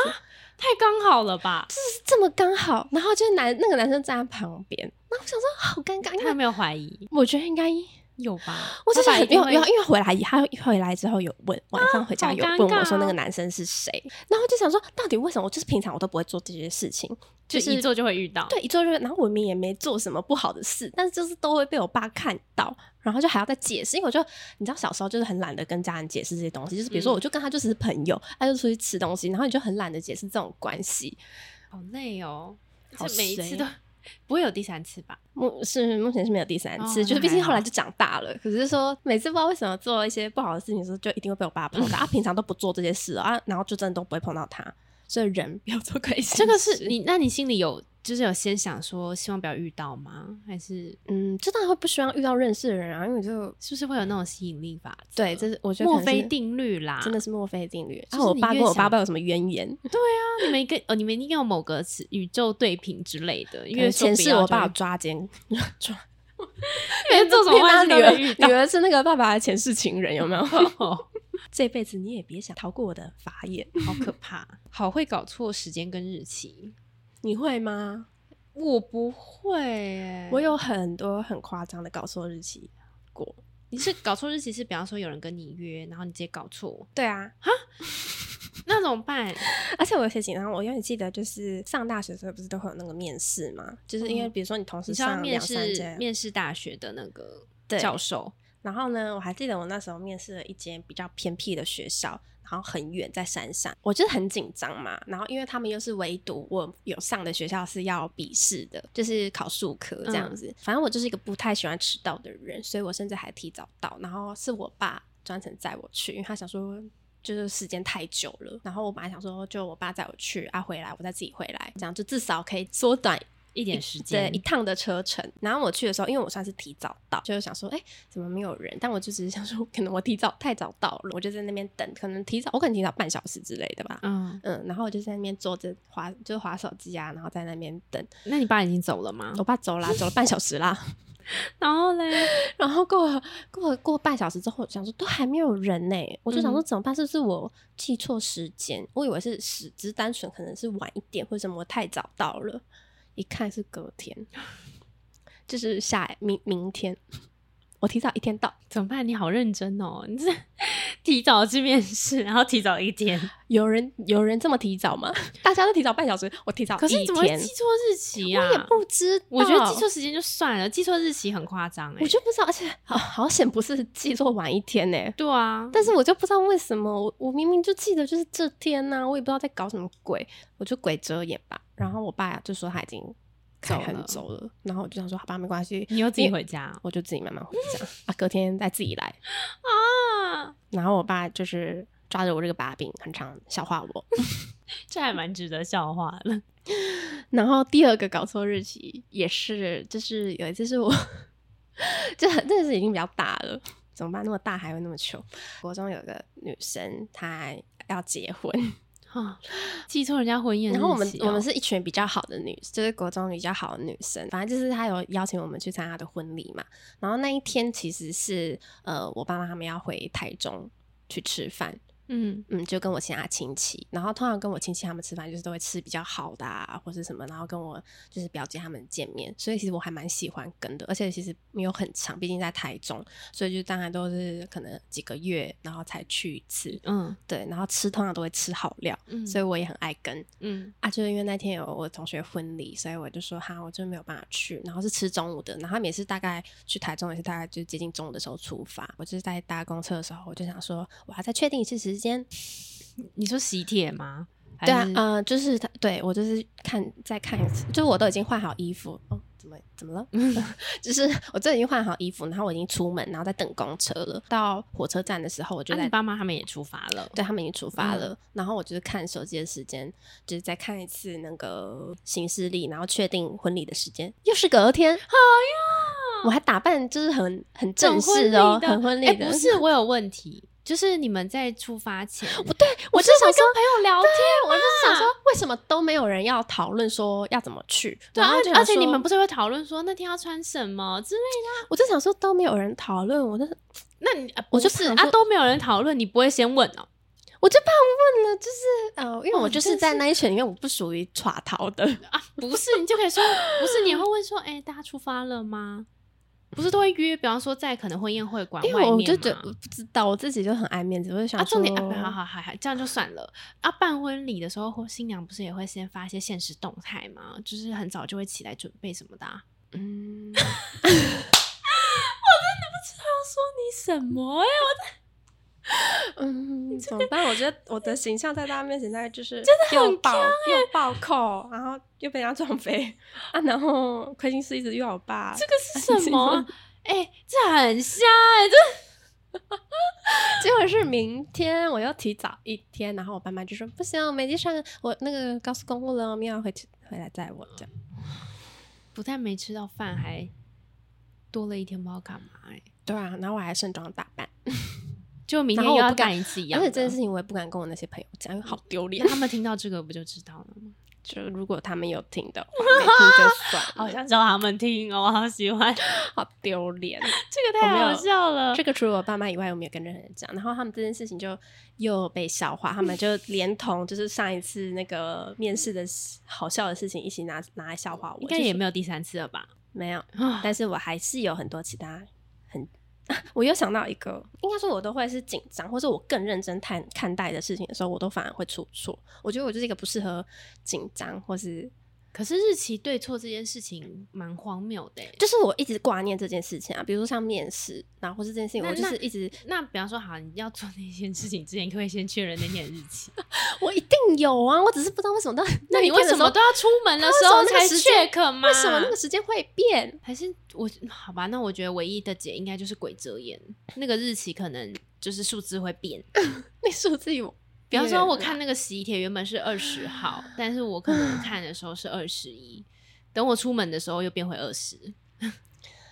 A: 太刚好了吧？
B: 就是这么刚好，然后就是男那个男生站在旁边，然后我想说好尴尬，因
A: 他有
B: 为
A: 没有怀疑？
B: 我觉得应该
A: 有吧？
B: 我就是
A: 爸爸
B: 很
A: 一
B: 没
A: 定
B: 有
A: 会
B: 没有，因为回来以他回来之后有问，晚上回家
A: 好
B: 有
A: 尴
B: 问我
A: 尬
B: 说那
A: 哦
B: 个男生是谁，然后就想说到底为什么？我就是平常我都不会做这些事情，
A: 就
B: 就是
A: 一做就会遇到。
B: 对，一做就，然后我们也没做什么不好的事，但是就是都会被我爸看到，然后就还要再解释，因为我就你知道小时候就是很懒得跟家人解释这些东西，就是比如
A: 嗯
B: 说我就跟他就只是朋友，他就出去吃东西，然后你就很懒得解释这种关系。
A: 好累哦，
B: 好
A: 这每一次
B: 衰
A: 都不会有第三次吧？
B: 目是目前是没有第三次，
A: 哦
B: 就是
A: 那
B: 毕
A: 还
B: 竟后来
A: 好
B: 就长大了。可是说每次不知道为什么做一些不好的事情的时候，就一定会被我爸碰 到。啊，平常都不做这些事哦啊，然后就真的都不会碰到他。所以人不要做亏心事。
A: 这个是你，那你心里有就是有先想说希望不要遇到吗？还是
B: 嗯，这当然会不希望遇到认识的人啊，因为就是
A: 是不是会有那种吸引力法则？
B: 对，这是我觉得
A: 墨
B: 可能
A: 菲
B: 是
A: 定律啦，
B: 真的是墨菲定律。
A: 就
B: 啊，
A: 是
B: 我
A: 你
B: 爸
A: 越
B: 跟我爸
A: 想
B: 爸有什么渊 源？
A: 啊你们一个哦，你们一定有某个词宇宙对平之类的，因
B: 可能
A: 为
B: 前世我爸有
A: 因
B: 抓奸， 抓
A: 为这种
B: 他
A: 话
B: 女
A: 都会
B: 儿
A: 遇
B: 女
A: 到。
B: 儿是那个爸爸的前世情人，有没有？
A: 哦
B: 这辈子你也别想逃过我的法眼，
A: 好可怕，好会搞错时间跟日期。
B: 你会吗？
A: 我不会耶，
B: 我有很多很夸张的搞错日期过。
A: 你是搞错日期是，比方说有人跟你约，然后你直接搞错，
B: 对啊，
A: 那怎么 办？
B: 而且我有些紧张，我永远记得，就是上大学的时候不是都会有那个面试嘛，就是因为
A: 嗯
B: 比如说你同时
A: 你是要
B: 上
A: 面
B: 两三
A: 试
B: 间，
A: 面试大学的那个
B: 对
A: 教授，
B: 然后呢，我还记得我那时候面试了一间比较偏僻的学校，然后很远在山上，我就是很紧张嘛。然后因为他们又是唯独我有上的学校是要笔试的，就是考数科这样子。反正我就是一个不太喜欢迟到的人，所以我甚至还提早到。然后是我爸专程载我去，因为他想说。就是时间太久了，然后我本来想说，就我爸载我去啊，回来我再自己回来，这样就至少可以缩短
A: 一点时
B: 对
A: 间
B: 一，趟的车程。然后我去的时候，因为我算是提早到，就是想说，哎、怎么没有人？但我就只是想说， 可能我提早太早到了，我就在那边等，可能提早，我可能提早半小时之类的吧。
A: 嗯，
B: 嗯，然后我就在那边坐着滑，就是滑手机啊，然后在那边等。
A: 那你爸已经走了吗
B: 我？爸走啦，走了半小时啦。
A: 然后嘞，
B: 然后过了过了过了半小时之后，想说都还没有人呢、我就想说
A: 嗯
B: 怎么办？是不是我记错时间？我以为是时，只是单纯可能是晚一点，或者什么我太早到了。一看是隔天，就是下明明天，我提早一天到，
A: 怎么办？你好认真哦， 你这提早去面试，然后提早一天，
B: 有人有人这么提早吗？ 大家都提早半小时，我提早
A: 可是
B: 一
A: 你怎么会
B: 天
A: 记，错日期啊？
B: 我也不知道。
A: 我觉得记错时间就算了，记错日期很夸张哎。
B: 嗯我就不知道，而且好好险不是记错晚一天呢、
A: 对啊，
B: 但是我就不知道为什么，我我明明就记得就是这天呐、我也不知道在搞什么鬼，我就鬼遮眼吧。然后我爸就说他已经开很走了，然后我就想说好吧，没关系，
A: 你又自己
B: 因为
A: 回家
B: 我就自己慢慢回家啊，隔天再自己来。
A: 啊？
B: 然后我爸就是抓着我这个把柄，很常笑话我。
A: 这还蛮值得笑话 的。
B: 然后第二个搞错日期也是，就是有一次是我， 就很那是已经比较大了，怎么办？那么大还会那么糗。国中有个女生她要结婚，
A: 啊，记错人家婚宴日期
B: 然
A: 哦、
B: 后我们我们是一群比较好的女，就是国中比较好的女生，反正就是她有邀请我们去参加她的婚礼嘛。然后那一天其实是呃，我爸妈他们要回台中去吃饭，
A: 嗯
B: 嗯，就跟我其他亲戚，然后通常跟我亲戚他们吃饭，就是都会吃比较好的啊，或是什么，然后跟我就是表姐他们见面，所以其实我还蛮喜欢跟的，而且其实没有很长，毕竟在台中，所以就当然都是可能几个月，然后才去一次，
A: 嗯
B: 对，然后吃通常都会吃好料，
A: 嗯，
B: 所
A: 以
B: 以我也很爱跟
A: 嗯
B: 啊，就是因为那天有我同学婚礼，所以我就说哈，我真没有办法去，然后是吃中午的，然后他们也是大概去台中也是大概就接近中午的时候出发，我就是在搭公车的时候，我就想说我要再确定一次时间。
A: 嗯你说喜帖吗？还
B: 对啊
A: 是，
B: 呃，就是他，对我就是看再看一次，就是我都已经换好衣服，哦，怎么怎么了？ 就是我都已经换好衣服，然后我已经出门，然后在等公车了。到火车站的时候，我就
A: 啊
B: 在、
A: 你爸妈他们也出发了，
B: 对他们已经出发
A: 嗯
B: 了，然后我就是看手机的时间，就是再看一次那个行事历，然后确定婚礼的时间，又是隔天。哎呀，我还打扮就是很很正式的哦，很婚礼
A: 哎，
B: 的，
A: 不 是，我有问题，就是你们在出发前，
B: 不对，我
A: 我
B: 就想
A: 跟
B: 说。
A: 朋友聊天，
B: 对，我啊就是想说，为什么都没有人要讨论说要怎么去？
A: 对啊
B: 然后就，想
A: 而且
B: 说
A: 你们不是会讨论说那天要穿什么之类的啊？
B: 我就想说都没有人讨论，我就是
A: 那你啊
B: 我就
A: 不是
B: 怕
A: 啊，
B: 说
A: 都没有人讨论，你不会先问哦？
B: 我就怕问了，就是呃，因为
A: 哇
B: 我
A: 你
B: 就是
A: 真
B: 在
A: 是
B: 那一群里面，我不属于耍逃的，
A: 啊，不是，你就可以说不是，你也会问说，哎、大家出发了吗？不是都会约，比方说在可能婚宴会馆
B: 因
A: 外
B: 为我
A: 面
B: 就觉得
A: 吗
B: 我不知道，我自己就很爱面子，我就想
A: 啊，重点
B: 说
A: 啊，好好好好，这样就算了。啊，办婚礼的时候，或新娘不是也会先发一些现实动态吗？就是很早就会起来准备什么的、啊。
B: 嗯，
A: 他要说你什么呀、
B: 嗯，怎么办？我觉得我的形象在大家面前，大概就是真的又爆又爆扣，然后又被人家撞飞啊，然后亏心事一直遇到我爸，这
A: 这 是什么啊？哎、这很瞎哎、
B: 结果是明天我要提早一天，然后我爸妈就说不行，我没去上我那个高速公路了，我明天要回去回来载我这样。
A: 不但没吃到饭，还多了一天不知道干嘛哎、
B: 对啊，然后我还盛装打扮，
A: 就明
B: 然
A: 天
B: 后
A: 又
B: 我
A: 要
B: 不敢
A: 干一次一样
B: 而
A: 的。
B: 且这件事情我也不敢跟我那些朋友讲，因为好丢脸
A: 那。他们听到这个不就知道了吗？
B: 就如果他们有听 的话，没听就算了，
A: 好想叫他们听哦，我好喜欢，
B: 好丢脸。
A: 这个
B: 我没
A: 太
B: 有
A: 好笑了。
B: 这个除了我爸妈以外，我没有跟任何人讲。然后他们这件事情就又被消化，他 们就连同就是上一次那个面试的事好笑的事情一起拿拿来笑话我。
A: 应该
B: 就是
A: 也没有第三次了吧？
B: 没有，
A: 啊
B: 但是我还是有很多其他很， 我又想到一个，应该说我都会是紧张，或者我更认真看看待的事情的时候，我都反而会出错。我觉得我就是一个不适合紧张，或是
A: 可是日期对错这件事情蛮荒谬的欸。
B: 就是我一直挂念这件事情啊，比如说像面试，然后或是这件事情，
A: 那
B: 我就
A: 那
B: 是一直
A: 那比方说，好，你要做那件事情之前，你可不可以先确认 那天的日期？
B: 我一定有啊，我只是不知道为什么到
A: 那你
B: 一天
A: 为
B: 的
A: 什
B: 时候
A: 么都要出门的时
B: 他
A: 候
B: 为什么那
A: 才
B: 个时间
A: check 吗？
B: 为什么那个时间会变？
A: 还是我好吧？那我觉得唯一的解应该就是鬼遮眼，那个日期可能就是数字会变。
B: 那是我自己有
A: 比
B: 变
A: 方
B: 啊。
A: 说，我看那个喜帖原本是二十号，但是我可能看的时候是二十一，等我出门的时候又变回二十。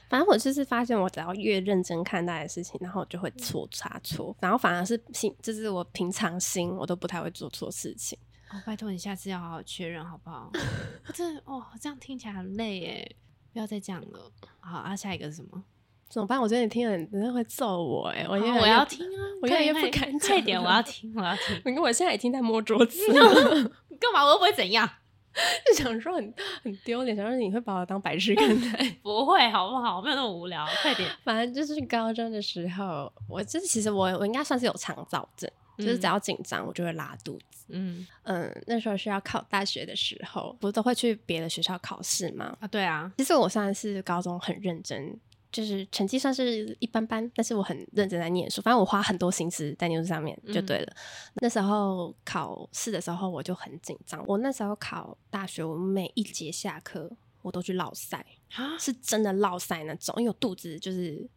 B: 反正我就是发现，我只要越认真看待的事情，然后我就会错差错，然后反而是心，就是我平常心，我都不太会做错事情。
A: 哦，拜托你下次要好好确认好不好？ 我真的哦，这样听起来很累耶，不要再讲了。好啊，下一个是什么？
B: 怎么办？我觉得你听了，你真的会揍我哎、
A: 好
B: 我越来
A: 我
B: 越
A: 要听啊，
B: 我越来
A: 快
B: 越
A: 快
B: 不敢讲
A: 快点，我要听，我要听。
B: 你看我现在已经在摸桌子 了，
A: 你干嘛？我又不会怎样，
B: 就想说很很丢脸，想说你会把我当白痴看待。
A: 不会好不好？没有那么无聊，快点。
B: 反正就是高中的时候，我就是其实我我应该算是有肠燥症，就是只要紧张我就会拉肚子。
A: 嗯
B: 嗯，那时候是要考大学的时候，不是都会去别的学校考试吗？
A: 啊，对啊，
B: 其实我算是高中很认真，就是成绩算是一般般，但是我很认真在念书，反正我花很多心思在念书上面就对了。那时候考试的时候我就很紧张，我那时候考大学，我每一节下课我都去落塞，
A: 啊，
B: 是真的落塞那种，因为我肚子就是。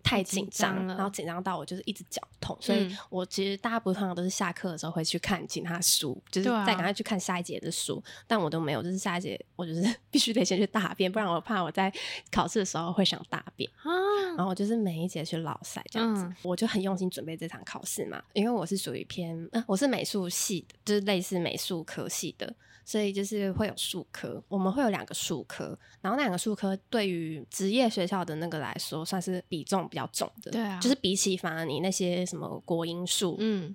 B: 太紧
A: 紧
B: 张
A: 张了
B: 然后紧张到我就是一直绞痛，所以
A: 嗯
B: 我其实大家不是通常都是下课的时候会去看其他书，就是
A: 对啊
B: 再赶快去看下一节的书，但我都没有，就是下一节我就是 必须得先去大便，不然我怕我在考试的时候会想大便。然
A: 啊，
B: 后我就是每一节去老塞这样子，
A: 嗯
B: 我就很用心准备这场考试嘛，因为我是属于偏，呃、我是美术系的，就是类似美术科系的，所以就是会有数科，我们会有两个数科，然后那两个数科对于职业学校的那个来说，算是比重比较重的，
A: 对啊
B: 就是比起反而你那些什么国英数，
A: 嗯，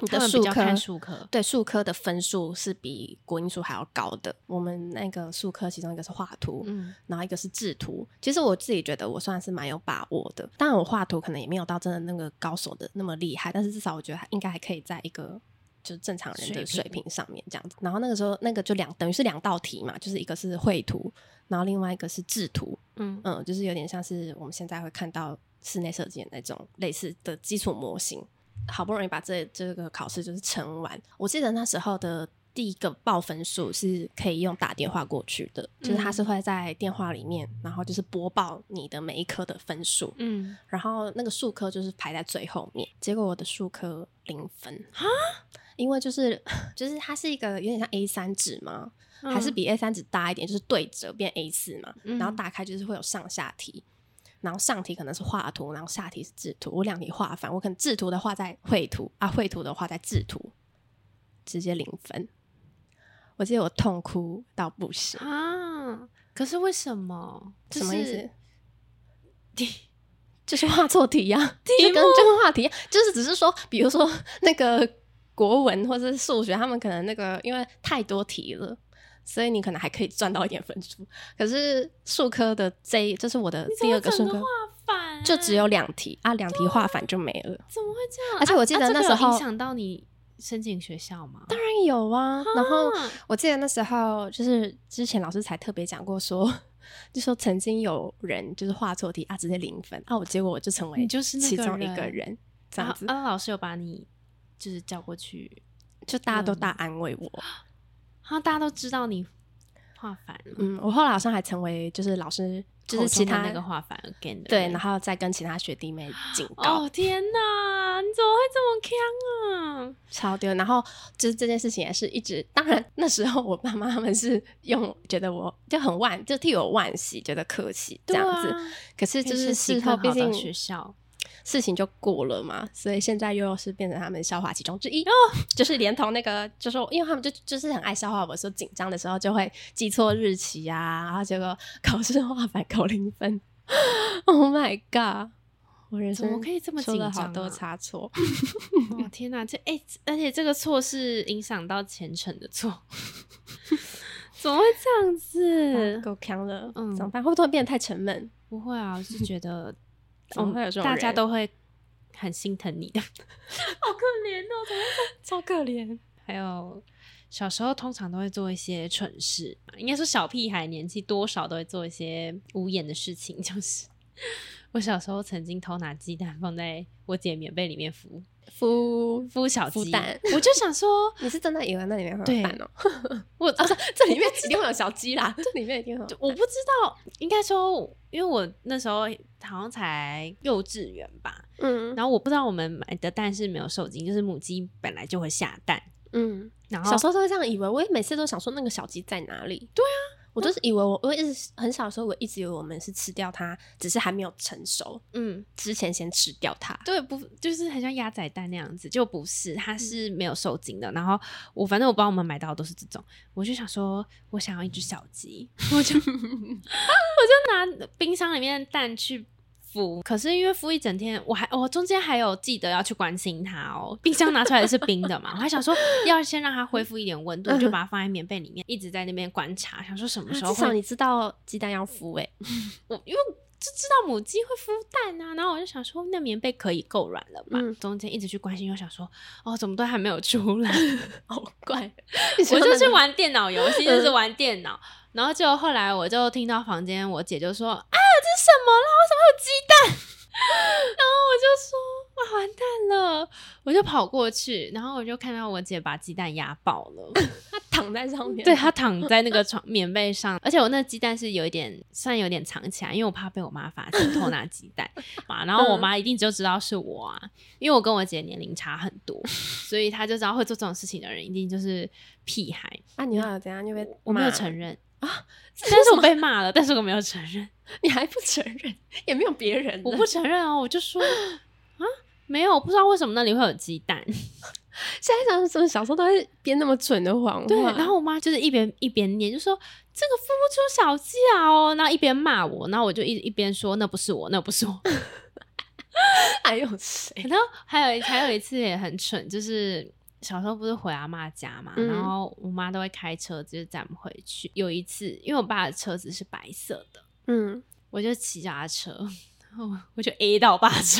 B: 你
A: 他
B: 的
A: 们
B: 数
A: 比较
B: 科
A: 看。数科，
B: 对数科的分数是比国英数还要高的。我们那个数科其中一个是画图，
A: 嗯，
B: 然后一个是制图。其实我自己觉得我算是蛮有把握的，当然我画图可能也没有到真的那个高手的那么厉害，但是至少我觉得还应该还可以在一个。就是正常人的
A: 水
B: 水
A: 平
B: 平上面这样子，然后那个时候那个就两等于是两道题嘛，就是一个是绘图，然后另外一个是制图，
A: 嗯
B: 嗯，就是有点像是我们现在会看到室内设计的那种类似的基础模型。好不容易把这这个考试就是成完，我记得那时候的第一个报分数是可以用打电话过去的，就是它是会在电话里面，然后就是播报你的每一科的分数，
A: 嗯，
B: 然后那个数科就是排在最后面。结果我的数科零分啊， 因为就是 就是它是一个有点像 A 三纸嘛，
A: 嗯
B: 还是比 A 三纸大一点，就是对折变 A 四嘛，
A: 嗯
B: 然后打开就是会有上下题。然后上题可能是画图，然后下题是制图。我两题画反，我可能制图的画在绘图啊，绘图的画在制图，直接零分。我记得我痛哭到不行，
A: 啊，可是为什么？
B: 什么意思？
A: 题
B: 就是画错题呀、
A: 题
B: 就跟就跟画题一样，就是只是说，比如说那个国文或者是数学，他们可能那个因为太多题了，所以你可能还可以赚到一点分数。可是数科的这一，这是我的第二个数
A: 瞬
B: 科
A: 画，反欸，
B: 就只有两题啊，两题画反就没了。
A: 怎么会这样？
B: 而且
A: 啊
B: 我记
A: 啊
B: 得
A: 这
B: 那
A: 个
B: 时
A: 有影
B: 候
A: 响到你申请学校吗？
B: 当然有啊，然后
A: 啊
B: 我记得那时候就是之前老师才特别讲过说。 就说曾经有人就是画错题啊，直接零分啊，我结果我就成为
A: 你就是那
B: 其
A: 个
B: 中一个
A: 人
B: 人这样子。
A: 啊，啊老师有把你就是叫过去，
B: 就大家都
A: 嗯
B: 大安慰我。
A: 然啊后大家都知道你画反了，
B: 嗯，我后来好像还成为就是老师，就是
A: 口
B: 其
A: 中
B: 他
A: 的那个画反 again 的
B: 对，
A: 人
B: 然后再跟其他学弟妹警告，
A: 哦天哪，你怎么会这么坑啊？
B: 超丢。然后就是这件事情也是一直，当然那时候我爸妈他们是用觉得我就很惋，就替我惋惜，觉得可惜这
A: 对
B: 样
A: 啊
B: 子。 可是就
A: 可以申
B: 是
A: 请
B: 事后，
A: 更
B: 毕
A: 好的
B: 竟
A: 学校
B: 事情就过了嘛，所以现在又是变成他们笑话其中之一。哦，就是连同那个，就是因为他们就就是很爱笑话我，说紧张的时候就会记错日期啊，然后结果考试画反考零分。oh my god！我人
A: 怎么
B: 生
A: 可以这么
B: 出
A: 紧
B: 了
A: 张、
B: 好
A: 啊？
B: 多差错，
A: 哦天哪，这哎、而且这个错是影响到前程的错， 怎么会这样子？
B: 够强了，
A: 嗯
B: 怎么办？会不会变得太沉闷？
A: 不会啊，我是觉 得
B: 怎哦么会有这种
A: 大家
B: 人
A: 都会很心疼你的， 好可怜哦，怎么会
B: 超可怜。
A: 还有小时候通常都会做一些蠢事，应该说小屁孩年纪多少都会做一些无言的事情， 就是。我小时候曾经偷拿鸡蛋放在我姐棉被里面孵
B: 夫，
A: 孵小
B: 孵
A: 鸡
B: 蛋，
A: 我就想说，
B: 你是真的以为那里面会
A: 对
B: 有蛋哦？
A: 我
B: 啊，这里面 一定会有小鸡啦， 这里面一定会有。
A: 我不知道，应该说，因为我那时候好像才幼稚园吧，
B: 嗯
A: 然后我不知道我们买的蛋是没有受精，就是母鸡本来就会下蛋，
B: 嗯。
A: 然后
B: 小时候都会这样以为，我也每次都想说那个小鸡在哪里？对啊，我就是以为我，我一直很小的时候，我一直以为我们是吃掉它，只是还没有成熟
A: 嗯，
B: 之前先吃掉它。
A: 对，不就是很像鸭仔蛋那样子，就不是，
B: 嗯
A: 它是没有受精的。然后我反正我帮我们买到的都是这种，我就想说，我想要一只小鸡，我就 我就拿冰箱里面的蛋去。孵，可是因为孵一整天，我还我中间还有记得要去关心它哦。冰箱拿出来的是冰的嘛，我还想说要先让它恢复一点温度，我就把它放在棉被里面，一直在那边观察，想说什么时候
B: 嗯啊至
A: 会
B: 少你知道鸡蛋要孵欸 诶、
A: 我因为就知道母鸡会孵蛋啊，然后我就想说，那棉被可以够软了吧？
B: 嗯
A: 中间一直去关心，又想说，哦，怎么都还没有 出来？
B: 好怪！
A: 我就
B: 我就是是嗯玩，
A: 玩电脑游戏，就是玩电脑。然后就后来我就听到房间我姐就说：“啊，这是什么啦？为什么有鸡蛋？” 然后我就说：“哇，完蛋了！”我就跑过去，然后我就看到我姐把鸡蛋压爆了。
B: 它躺在上面，
A: 对，他躺在那个床棉被上，而且我那鸡蛋是有一点，算有点藏起来，因为我怕被我妈发现偷拿鸡 蛋嘛。然后
B: 嗯
A: 我妈一定就知道是我啊，因为我跟我姐年龄差很 多，所以她就知道会做这种事情的人一定就是屁孩。
B: 啊，你要怎样？你被
A: 我没有
B: 骂
A: 承，认
B: 啊，
A: 但是我被骂了，但是我没有承认，
B: 你还不承认， 也没有别人了，啊
A: 我不承认哦，我就 说啊，没有，我不知道为什么那里会有鸡蛋。
B: 现在想怎么小时候都会编那么蠢的谎话，
A: 对，然 后我妈就是一边一边念，就说这个孵不出小鸡啊哦，然后一边骂我，然后我就一一边说那不是我，那不是我。
B: 还有哎谁？
A: 然后还有一还有一次也很蠢，就是小时候不是回阿妈家嘛，
B: 嗯
A: 然后我妈都会开车就是载我们回去。有一次，因为我爸的车子是白色的，
B: 嗯，
A: 我就骑脚踏车，然后我就 A 到我爸的车。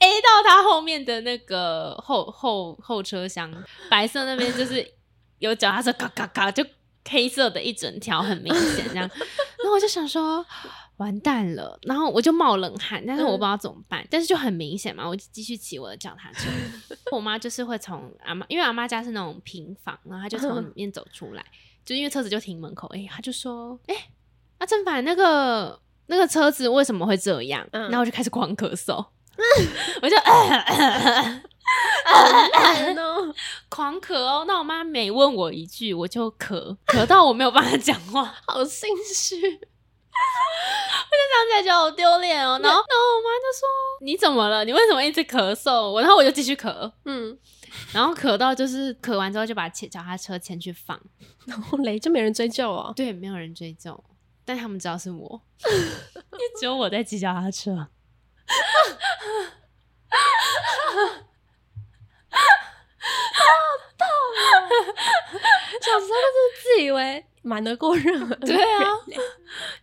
A: A 到他后面的那个后后后车厢，白色那边就是有脚踏车，咔咔咔，就黑色的一整条，很明显这样。然后我就想说，完蛋了，然后我就冒冷汗，但是我
B: 嗯
A: 不知道怎么办，但是就很明显嘛，我就继续骑我的脚踏车。 我妈就是会从阿妈，因为阿妈家是那种平房，然后她就从里面走出来，就因为车子就停门口，哎、她就说，哎、阿正凡那个那个车子为什么会这样？
B: 嗯
A: 然后我就开始狂咳 嗽，我就、呃、
B: 难哦，
A: 狂咳哦。那我妈每问我一句，我就咳，咳到我没有办法讲话。
B: 好心虚。
A: 想起来觉得好丢脸哦。然后，然后我妈就说：“你怎么了？你为什么一直咳嗽？”我，然后我就继续咳，
B: 嗯，
A: 然后咳到就是咳完之后就把骑脚踏车牵去放。
B: 然后雷就没人追究哦。
A: 对，没有人追究，但他们知道是我， 因为只有我在骑脚踏车。
B: 小时候就是自以为瞒得过任何
A: 对啊，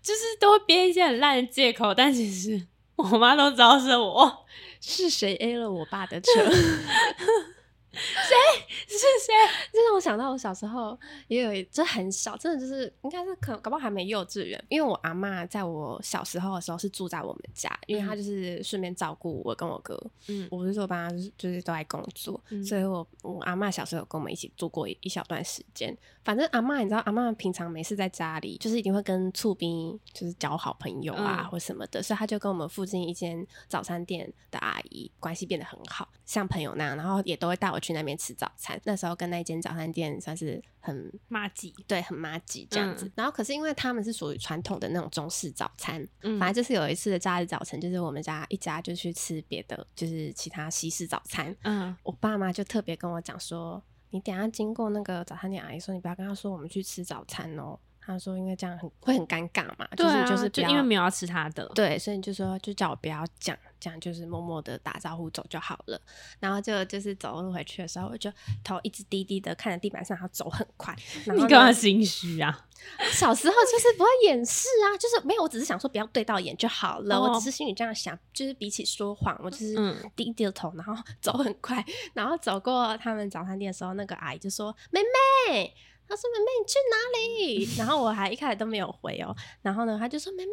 A: 就是都会编一些很烂的借口，但其实我妈都知道是我。
B: 是谁 A 了我爸的 车？
A: 是谁？
B: 这让我想到我小时候也有一，这很小，真的就是应该是可搞不好还没幼稚园，因为我阿嬷在我小时候的时候是住在我们家，因为她就是顺便照顾我跟我哥，
A: 嗯
B: 我不是说我爸妈就是就是都在工作，
A: 嗯
B: 所以我我阿嬷小时候有跟我们一起住过一一小段时间。反正阿嬷你知道，阿嬷平常没事在家里，就是一定会跟厝边就是交好朋友啊、
A: 嗯
B: 或什么的，所以她就跟我们附近一间早餐店的阿姨关系变得很好，像朋友那样，然后也都会带我去那边吃早餐。那时候跟那间早餐店算是很
A: 骂鸡，
B: 对，很麻吉
A: 嗯
B: 这样子。然后可是因为他们是属于传统的那种中式早餐，
A: 嗯
B: 反正就是有一次的假日早晨，就是我们家一家就去吃别的，就是其他西式早餐。
A: 嗯
B: 我爸妈就特别跟我讲说，你等一下经过那个早餐店阿姨说，你不要跟她说我们去吃早餐哦。他说因为这样很会很尴尬嘛，
A: 对啊，
B: 就是就是不
A: 就
B: 要
A: 因为没有要吃他的，
B: 对，所以你就说就叫我不要讲，这样就是默默的打招呼走就好了。然后就就是走路回去的时候，我就头一直低低的看着地板上，他走很快。然
A: 你
B: 后
A: 干
B: 呢
A: 嘛心虚啊？
B: 小时候就是不会掩饰啊，就是没有，我只是想说不要对到眼就好了。
A: 哦
B: 我只是心里这样想，就是比起说谎，我就是
A: 嗯
B: 低低的头，然后走很快，然后走过他们早餐店的时候，那个阿姨就说：“妹妹。”她说：“妹妹，你去哪里？”然后我还一开始都没有回哦。 然后呢，她就说：“妹妹，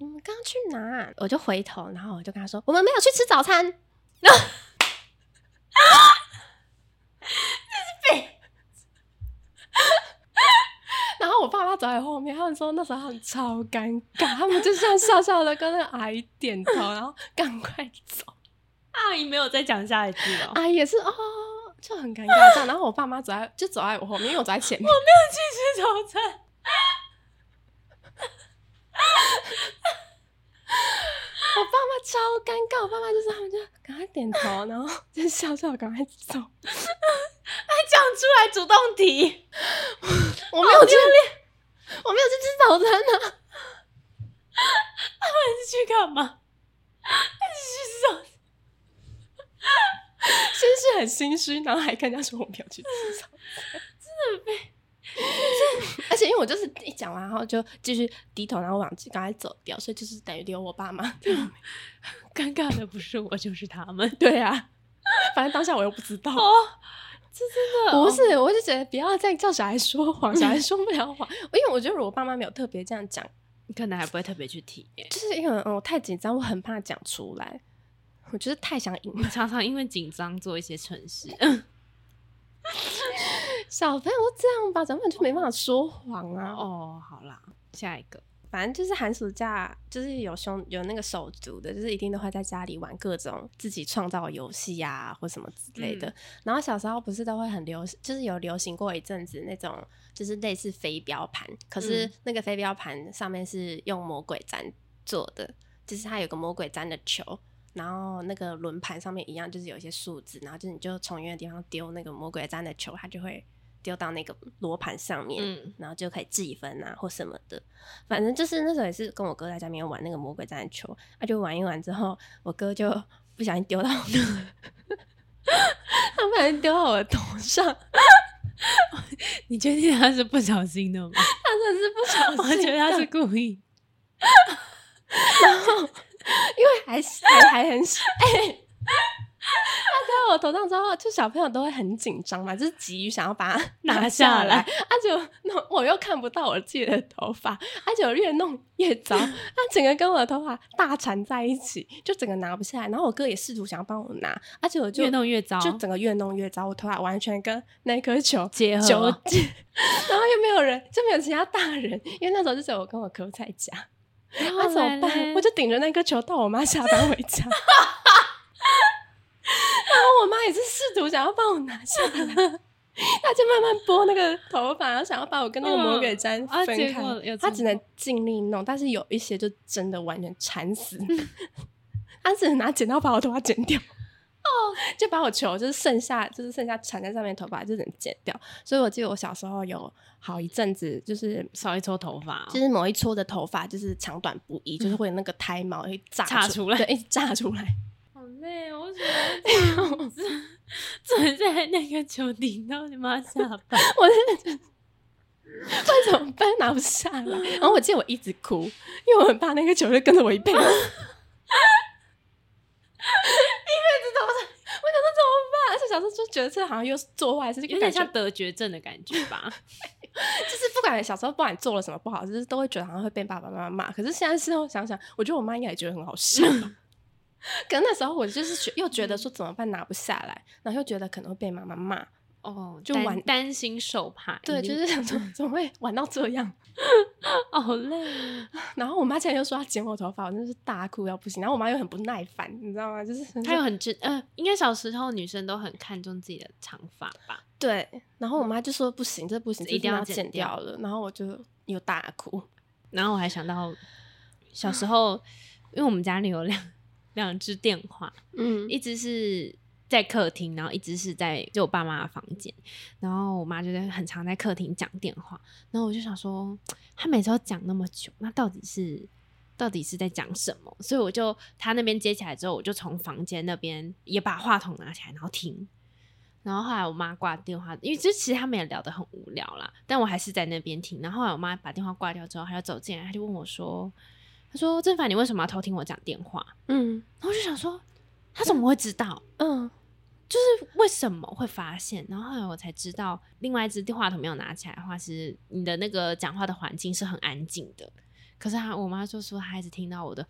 B: 你们刚刚去哪？”我就回头，然后我就跟她说：“我们没有去吃早餐。”然后我爸妈走在后面，他们说那时候他们超尴尬，他们就像笑笑的跟那个阿姨点头，然后赶快走。
A: 阿姨没有再讲下一句 了。
B: 阿姨也是哦，就很尴尬这样。然后我爸妈走在就走在我后面，因为我走在前面。
A: 去吃早 餐。
B: 我爸妈超尴尬，我爸妈就是他们就赶快点头，然后就笑笑赶快走。
A: 讲出来主动 提，
B: 我没有去，我没有去吃早餐啊呢、
A: 那你是去干嘛？ 那你是去
B: 先是很心虚，然后还跟人家说我没有去吃早餐，真的被。而且因为我就是一讲完，然后就继续低头，然后往赶快走掉，所以就是等于留我爸妈在后面。
A: 找尴尬的不是我就是他们
B: 对啊，反正当下我又不知 道。
A: 哦，这真的 哦
B: 不是，我就觉得不要再叫小孩说谎，小孩说不了谎。因为我觉得如果爸妈没有特别这样讲，
A: 你可能还不会特别去提耶。
B: 就是因为嗯我太紧张，我很怕讲出来，我就是太想赢
A: 你常常因为紧张做一些蠢 事，
B: 小朋友都这样吧，小朋友就没办法说谎啊。哦，
A: 哦，好啦，下一个，
B: 反正就是寒暑假，就是有兄有那个手足的，就是一定都会在家里玩各种自己创造的游戏呀，或什么之类的。然后小时候不是都会很流行，就是有流行过一阵子那种，就是类似飞镖盘，可是
A: 嗯
B: 那个飞镖盘上面是用魔鬼毡做的，就是它有个魔鬼毡的球，然后那个轮盘上面一样，就是有一些数字，然后就是你就从远的地方丢那个魔鬼毡的球，它就会丢到那个罗盘上面。
A: 嗯，
B: 然后就可以计分啊或什么的。反正就是那时候也是跟我哥在家里面玩那个魔鬼战球，他、就玩一玩之后，我哥就不小心丢到我的， 他不小心丢到我的头上，他
A: 你确定他是不小心 的吗？
B: 真的是不小心的，
A: 我觉得他是故意。
B: 然后因为还还还很小，哎、他在我我头上之后，就小朋友都会很紧张嘛，就是急于想 要把它
A: 拿下
B: 下
A: 来
B: 来，而且、啊、那我又看不到我自己的头发，而且我越弄越 糟，它整个跟我的头发大缠在一起，就整个拿不下来。然后我哥也试图想要帮我拿，而且我就
A: 越弄越糟，
B: 就整个越弄越糟，我头发完全跟那颗球
A: 结合
B: 纠结， 然后又没有人，就没有其他大人，因为那时候就只有我跟我哥在家，
A: 然
B: 那、
A: 后
B: 怎么
A: 哦来嘞
B: 办？我就顶着那颗球到我妈下班回 家。然后我妈也是试图想要帮我拿下来，她就慢慢拨那个头发，然后想要把我跟那个膜给粘
A: 嗯啊
B: 分
A: 结
B: 开。
A: 果有
B: 她
A: 成
B: 只能尽力弄，但是有一些就真的完全缠 死。她只能拿剪刀把我头发剪掉。哦，就把我球就是剩下就是剩下缠在上面的头发就只能剪掉，所以我记得我小时候有好一阵子就是
A: 少一撮头发哦，
B: 就是某一撮的头发就是长短不一，就是会有那个胎毛会炸
A: 炸出来
B: 对，一直炸嗯出来。
A: 好累哦，我 怎么
B: 哎
A: 这样子坐在那个球顶到你妈下巴？
B: 我真的觉得，那怎么办？拿不下来。然后我记得我一直哭，因为我很怕那个球就跟着我一辈子。一辈子 都在，我想说怎么办？而且小时候就觉得这好像又是做坏事，就
A: 有
B: 感
A: 点
B: 觉
A: 像得绝症的感觉 吧？
B: 就是不管小时候不管做了什么不好，就是都会觉得好像会被爸爸妈妈骂。可是现在事后想想，我觉得我妈应该也觉得很好笑吧。可是那时候我就是觉又觉得说怎么办拿不下来，然后又觉得可能会被妈妈骂，
A: 哦，
B: 就
A: 担
B: 玩
A: 担心受怕，
B: 对，
A: 已
B: 就
A: 经
B: 是想嗯说怎么会玩到这样。
A: 哦好累哦，
B: 然后我妈竟然又说要剪我头发，我真的是大哭要不行。然后我妈又很不耐烦，你知道吗？就是
A: 她有
B: 很
A: 很真，呃，应该小时候女生都很看重自己的长发吧？
B: 对，然后我妈就说不行，这不行，
A: 这
B: 这
A: 一定要
B: 要
A: 剪
B: 剪
A: 掉
B: 掉了。然后我就又大哭，
A: 然后我还想到小时候，因为我们家里有两两只电话，
B: 嗯
A: 一只是在客厅，然后一只是在就我爸妈的房间，然后我妈就在很常在客厅讲电话，然后我就想说，她每次都讲那么久，那到底是到底是在讲什么？所以我就她那边接起来之后，我就从房间那边也把话筒拿起来，然后听。然后后来我妈挂电话，因为就其实他们也聊得很无聊啦，但我还是在那边听。然后后来我妈把电话挂掉之后，她就走进来，她就问我说：“她说正凡，你为什么要偷听我讲电话？”
B: 嗯
A: 然后我就想说，他怎么会知道？
B: 嗯，
A: 就是为什么会发现？然后后来我才知道，另外一只话筒没有拿起来的话，是你的那个讲话的环境是很安静的。可是他我妈就说，她一直听到我的，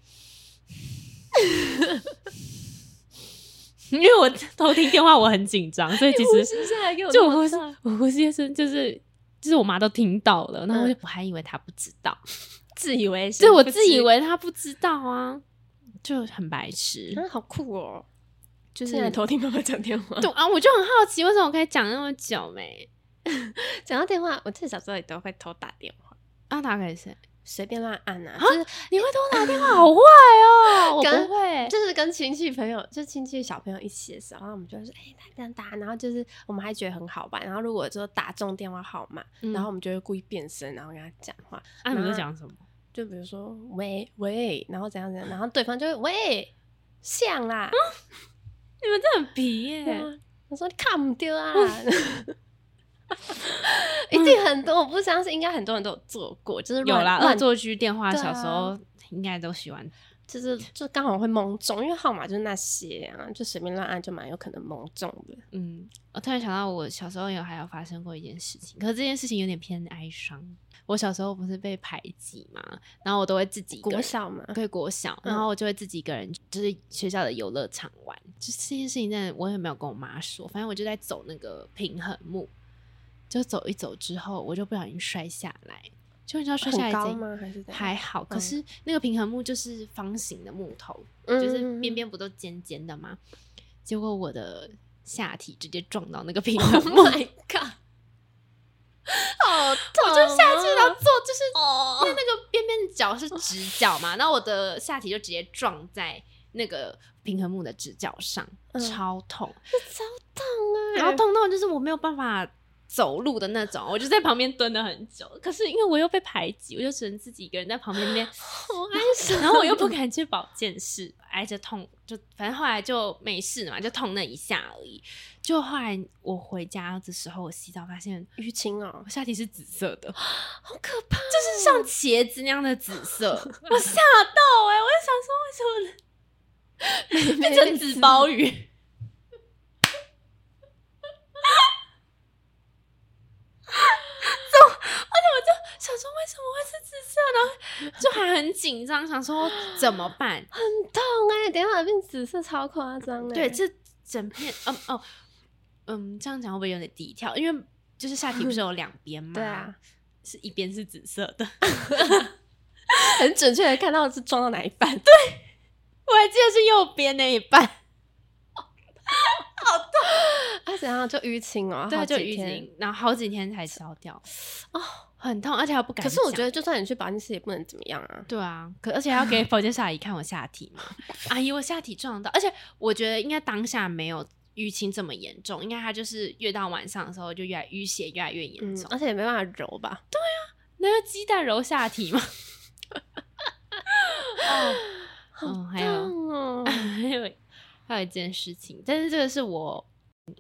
A: 因为我偷听电话，我很紧张，所以其
B: 呼
A: 实
B: 吸下来给我
A: 就
B: 那
A: 我
B: 么
A: 呼吸
B: 大，
A: 我呼吸的声就是。就是我妈都听到了，然后我就我还以为她不知道，
B: 自以为是，
A: 对我
B: 嗯不
A: 自以
B: 知
A: 为她不知道啊，就很白痴。
B: 嗯，好酷哦！
A: 就是
B: 现在偷听爸爸讲电 话，
A: 对啊，我就很好奇，为什么我可以讲那么久没？
B: 讲到电话，我记得小时候也都会偷打电话，
A: 啊，打给谁？
B: 随便乱按啊，就是
A: 你会偷打电 话，好坏哦！我
B: 跟
A: 不会，
B: 就是跟亲戚朋友，就亲戚小朋友一起的时候，然后我们就会说，哎、打这样打，然后就是我们还觉得很好玩，然后如果就打中电话号码，
A: 嗯
B: 然后我们就会故意变声，然后跟他讲话，
A: 啊，你们在讲什么？
B: 就比如说喂喂，然后怎样怎样，然后对方就会喂像啦，
A: 嗯你们真的很皮耶、
B: 对啊，我说你看不丢啊，
A: 嗯
B: 一定很多，我不相信，应该很多人都有做过，就是
A: 有
B: 乱
A: 啦，恶
B: 乱
A: 作剧电话，
B: 对啊
A: 小时候应该都喜欢。
B: 就是就刚好会蒙中，因为号码就是那些啊，就随便乱按就蛮有可能蒙中的。
A: 嗯，我突然想到，我小时候有还有发生过一件事情，可是这件事情有点偏哀伤。我小时候不是被排挤嘛，然后我都会自己一个
B: 国
A: 人
B: 小嘛，
A: 对国小，然
B: 嗯
A: 后我就会自己一个人，就是学校的游乐场玩。就是这件事情，真的我也没有跟我妈说，反正我就在走那个平衡木，就走一走之后，我就不小心摔下来。就你知道摔下来
B: 很高
A: 怎
B: 吗？还是怎样
A: 还好，可
B: 嗯
A: 是那个平衡木就是方形的木头，
B: 嗯
A: 就是边边不都尖尖的吗？结果我的下体直接撞到那 Oh 个平衡木，
B: 哦 My God，好痛、
A: 我就下去然后，坐，就是、因为那个边边角是直角嘛，然后我的下体就直接撞在那个平衡木的直角上，
B: 嗯
A: 超痛，
B: 超痛啊！
A: 然后痛到就是我没有办法走路的那种，我就在旁边蹲了很久。可是因为我又被排挤，我就只能自己一个人在旁边那边
B: 好哀伤，
A: 然后我又 不敢去保健室，挨着痛，就反正后来就没事嘛，就痛那一下而已。就后来我回家的时候，我洗澡发现
B: 淤青哦
A: 我，下体是紫色 的，
B: 好可怕！
A: 就是像茄子那样的紫色，哦 我吓到哎、我 就想说为什么
B: 变
A: 变成紫，鲍鱼？就还很紧张，想说怎么办？
B: 痛哎、等一下变紫色超夸张哎，
A: 对，这整片，嗯哦，嗯，这样讲会不会有点低调？因为就是下体不是有两边吗？
B: 对啊，
A: 是一边是紫色的。
B: 很准确的看到是撞到哪一半，
A: 我还记得是右边那一半，
B: 啊，然后就淤青哦，
A: 对啊，
B: 好
A: 就
B: 几
A: 淤
B: 天。
A: 青，然后好几天才消掉，哦，很痛，而且还不敢
B: 可
A: 想。
B: 是我觉得，就算你去保健室，也不能怎么样啊。
A: 对啊，可而且还要 给保健室阿姨看我下体 嘛，阿姨我下体撞到，而且我觉得应该当下没有淤青这么严重，应该它就是越到晚上的时候就越来淤血越来越严
B: 嗯
A: 重，，
B: 而且也没办法揉吧。
A: 那要鸡蛋揉下体 吗？哦
B: 好
A: 嗯还有
B: 痛哦
A: 还有还有一件事情，但是这个是我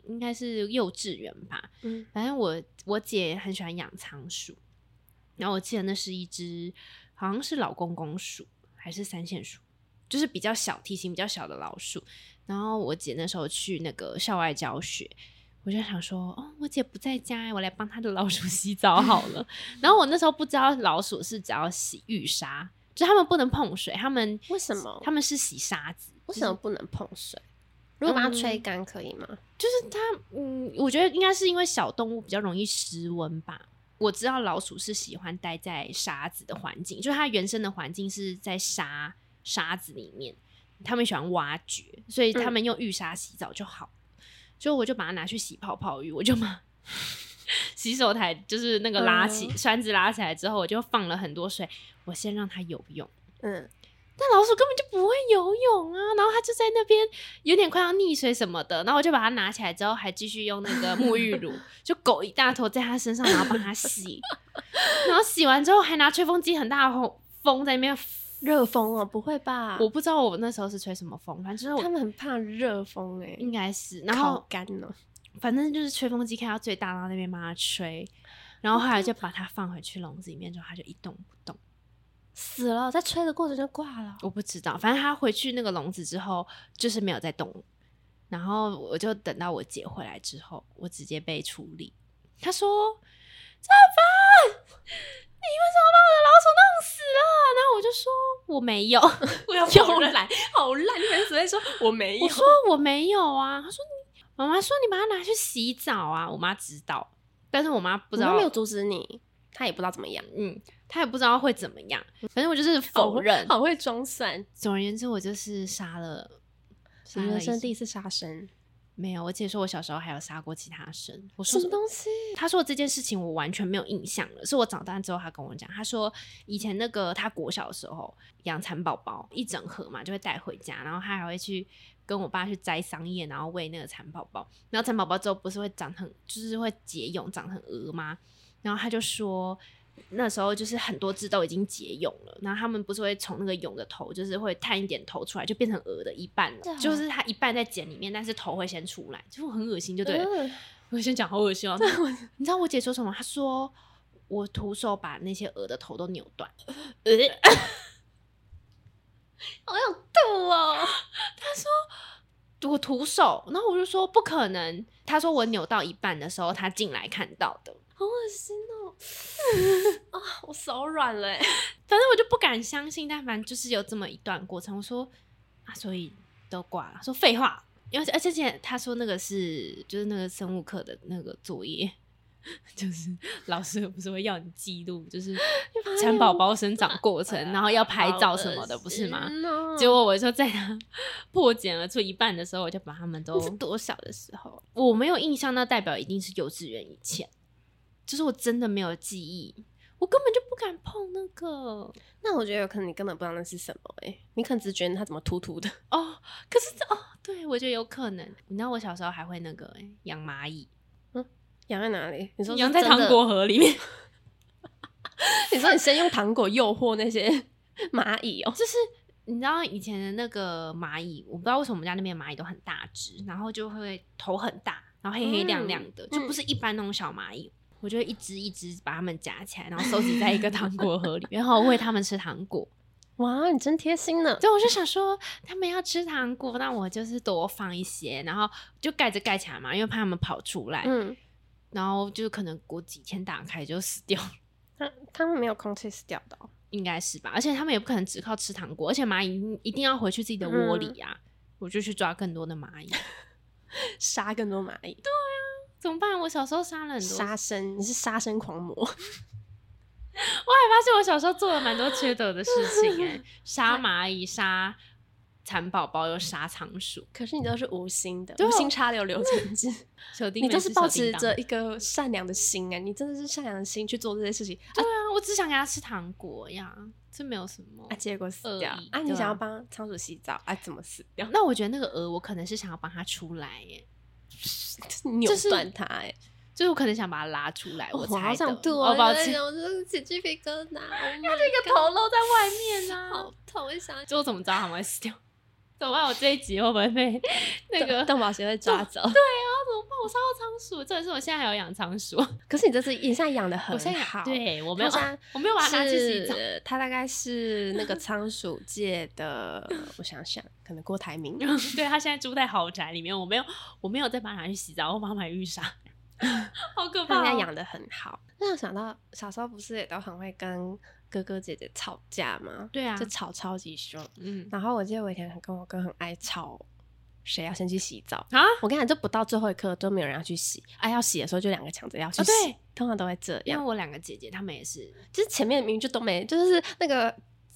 A: 应该是幼稚园吧，
B: 嗯
A: 反正我我姐很喜欢养仓鼠，然后我记得那是一只好像是老公公鼠还是三线鼠，就是比较小体型比较小的老鼠。然后我姐那时候去那个校外教学，我就想说，哦，我姐不在家欸，我来帮她的老鼠 洗澡好了。然后我那时候不知道老鼠是只要洗浴沙，就是它们不能碰水，它们
B: 为什么
A: 它们嗯是洗沙子，
B: 为什么不能碰水？如果把它
A: 嗯
B: 吹干可以吗？
A: 就是它，嗯，我觉得应该是因为小动物比较容易失温吧。我知道老鼠是喜欢待在沙子的环境，就是它原生的环境是在沙沙子里面，它们喜欢挖掘，所以它们用浴沙洗澡就好。所以我就把它拿去洗泡泡浴，我就把 洗手台就是那个拉起、
B: 嗯
A: 栓子拉起来之后，我就放了很多水，我先让它游泳。
B: 嗯，
A: 但老鼠根本就不会游泳啊，然后它就在那边有点快要溺水什么的，然后我就把它拿起来之后，还继续用那个沐浴乳，就狗一大坨在它身上，然后帮它洗，然后洗完之后还拿吹风机很大的风风在那边，
B: 热风哦，不会吧？
A: 我不知道我那时候是吹什么风，反正就是
B: 他
A: 我
B: 们很怕热风哎，
A: 应该是，然后
B: 烤干了。
A: 反正就是吹风机开到最大，然后那边帮它吹，然后后来就把它放回去笼子里面之后，它就一动不动。
B: 死了，在吹的过程就挂了。
A: 我不知道，反正他回去那个笼子之后，就是没有再动。然后我就等到我姐回来之后，我直接被处理。她说：“赵凡，你为什么把我的老鼠弄死了？”然后我就说：“我没有。”
B: 我要
A: 否认
B: 来，好烂！你们只会说我没
A: 我说我没有啊。她说你：“妈妈说你把它拿去洗澡啊。”我妈知道，但是我妈不
B: 不
A: 知
B: 知
A: 道
B: 道没有，阻止你，他也不知道怎么样，
A: 嗯，她也不知道会怎么样。反正我就是
B: 哦
A: 否认。
B: 好会装蒜。
A: 总而言之，我就是杀了。杀
B: 你
A: 了
B: 人
A: 一
B: 生
A: 只
B: 第一次杀生，
A: 没有，我姐说我小时候还有杀过其他生。我
B: 什
A: 说
B: 么东 西？
A: 她说这件事情我完全没有印象了，是我长大之后她跟我讲，她说以前那个她国小的时候养蚕宝宝一整盒嘛，就会带回家，然后她还会去跟我爸去摘桑叶，然后喂那个蚕宝宝。然后蚕宝宝之后不是会长很，就是会结蛹，长很鹅吗？然后她就说。那时候就是很多只都已经结蛹了，然后他们不是会从那个蛹的头，就是会探一点头出来，就变成鹅的一半
B: 对啊
A: 了，就是它一半在茧里面，但是头会先出来，就很恶心，就对了。
B: 嗯
A: 我先讲好恶心哦、那我你知道我姐说什么？她说我徒手把那些鹅的头都扭断。呃，
B: 我想吐哦！
A: 我徒手，然后我就说不可能。她说我扭到一半的时候，她进来看到的。
B: 好恶心哦！ 啊，我手软 了欸。
A: 反正我就不敢相信，但反正就是有这么一段过程。我说啊，所以都挂了。说废话，因为而且而且他说那个是就是那个生物课的那个作业， 就是老师不是会要你记录，
B: 哎
A: 就是
B: 把它
A: 蚕
B: 留
A: 宝宝生长过程，然后要拍
B: 好
A: 照
B: 恶
A: 什么的，不是吗？
B: 心哦
A: 结果我就在他 破茧而出一半的时候，我就把他们都
B: 是
A: 多小的时候，我没有印象，那代表一定是幼稚园以前，就是我真的没有记忆，我根本就不敢碰那个
B: 那我觉得有可能你根本不知道那是什么哎、你可能只觉得它怎么突突的。
A: 哦。可是这哦，对我觉得有可能，你知道我小时候还会那个欸养蚂蚁，
B: 养在哪里？你说是
A: 养在
B: 真的
A: 糖？果盒里面，
B: 你说你先用糖果诱惑那些 蚂蚁哦、
A: 就是。你知道以前的那个蚂蚁，我不知道为什么我们家那边的蚂蚁都很大只，然后就会头很大，然后黑黑亮亮的，
B: 嗯
A: 就不是一般那种小蚂蚁。我就会一只一只把它们夹起来，然后收集在一个糖果盒里面，然后喂它们吃糖果。
B: 哇，你真贴心呢。
A: 对，我就想说它们要吃糖果，那我就是多放一些，然后就盖着盖起来嘛，因为怕它们跑出来，
B: 嗯，
A: 然后就可能过几天打开就死掉了。
B: 它它们没有空气死掉的、哦。
A: 应该是吧。而且他们也不可能只靠吃糖果，而且蚂蚁一定要回去自己的窝里
B: 嗯
A: 呀、我就去抓更多的蚂蚁，
B: 杀更多蚂蚁，
A: 怎么办？我小时候杀了很多，我还
B: 杀啊生，你是杀生狂魔，
A: 发现我小时候做了蛮多缺德的事情 哎、杀蚂蚁、杀蚕宝宝又杀仓鼠，
B: 可是你都是无心的，
A: 对
B: 无
A: 我
B: 心插柳柳成 枝，
A: 小丁
B: 啊你都
A: 妹
B: 是
A: 小
B: 保
A: 叮
B: 持
A: 当
B: 着一个善良的心哎、你真的是善良的心去做这些事情
A: 对啊，我只想给他吃糖果呀，这没有什么。
B: 啊，结果死
A: 恶
B: 掉
A: 意
B: 啊！你
A: 对啊
B: 想要帮仓鼠洗澡啊，怎么死掉？
A: 那我觉得那个鹅，我可能是想要帮它出来耶，
B: 扭
A: 就是
B: 断它哎、
A: 就是我可能想把它拉出来，
B: 我
A: 猜
B: 好
A: 的。
B: 想吐啊
A: 哦，抱歉，
B: 我真是起鸡皮疙瘩， 它
A: 那个头露在外面呢、
B: 好痛，我想
A: 就我怎么知道它们会死掉？怎么办？我这一集会不会 被那个？
B: 动保协会抓走。
A: 啊怎么办？我杀到仓鼠，这也是我现在还有养仓鼠，我
B: 可是你这次也现在养的很
A: 现在
B: 好，
A: 养，对我没有啊
B: 它现在，
A: 我没有把它拿去洗澡。
B: 是它大概是 那个仓鼠界的，我想想，可能郭台 铭
A: 对它现在住在豪宅里面，我没有，我没有再把它拿去洗澡，我把它买浴沙， 好可怕、
B: 他
A: 哦！
B: 应该养的很好。那我想到小时候不是也都很会跟哥哥姐姐吵架吗？
A: 对啊
B: 就吵超级凶。
A: 嗯
B: 然后我记得我以前很跟我哥很爱吵，谁要先去洗澡？
A: 啊，
B: 我跟你讲，就不到最后一刻都没有人要去洗，啊，要洗的时候就两个抢着要去
A: 哦
B: 洗，
A: 对哦
B: 通常都会这
A: 因为
B: 样。
A: 我两个姐姐她们也是，
B: 就是前面明明就都没，就是那个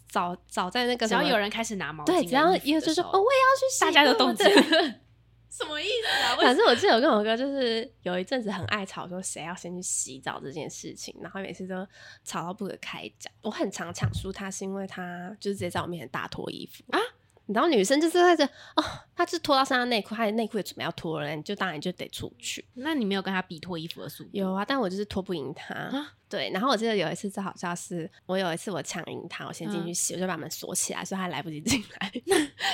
B: 早早在那个
A: 只
B: 什
A: 要
B: 么
A: 有人开始拿毛巾跟
B: 对，
A: 衣服
B: 只
A: 的时候，
B: 要一个就说哦，我也要去洗，
A: 大家都动起
B: 对
A: 来，什么意思啊？为什
B: 反
A: 么
B: 正我记得我跟我哥就是有一阵子很爱吵，说谁要先去洗澡这件事情，然后每次都吵到不可开交。我很常抢输他，是因为他就是直接在我面前大脱衣服
A: 啊。
B: 你知道女生就是在这哦，她就脱到身上内裤，她的内裤也准备要脱了，你就当然就得出去。
A: 那你没有跟他比脱衣服的速度？
B: 有啊，但我就是脱不赢她。
A: 啊
B: 对，然后我记得有一次最好笑是，我有一次我抢赢她，我先进去
A: 嗯
B: 洗，我就把门锁起来，所以她来不及进 来。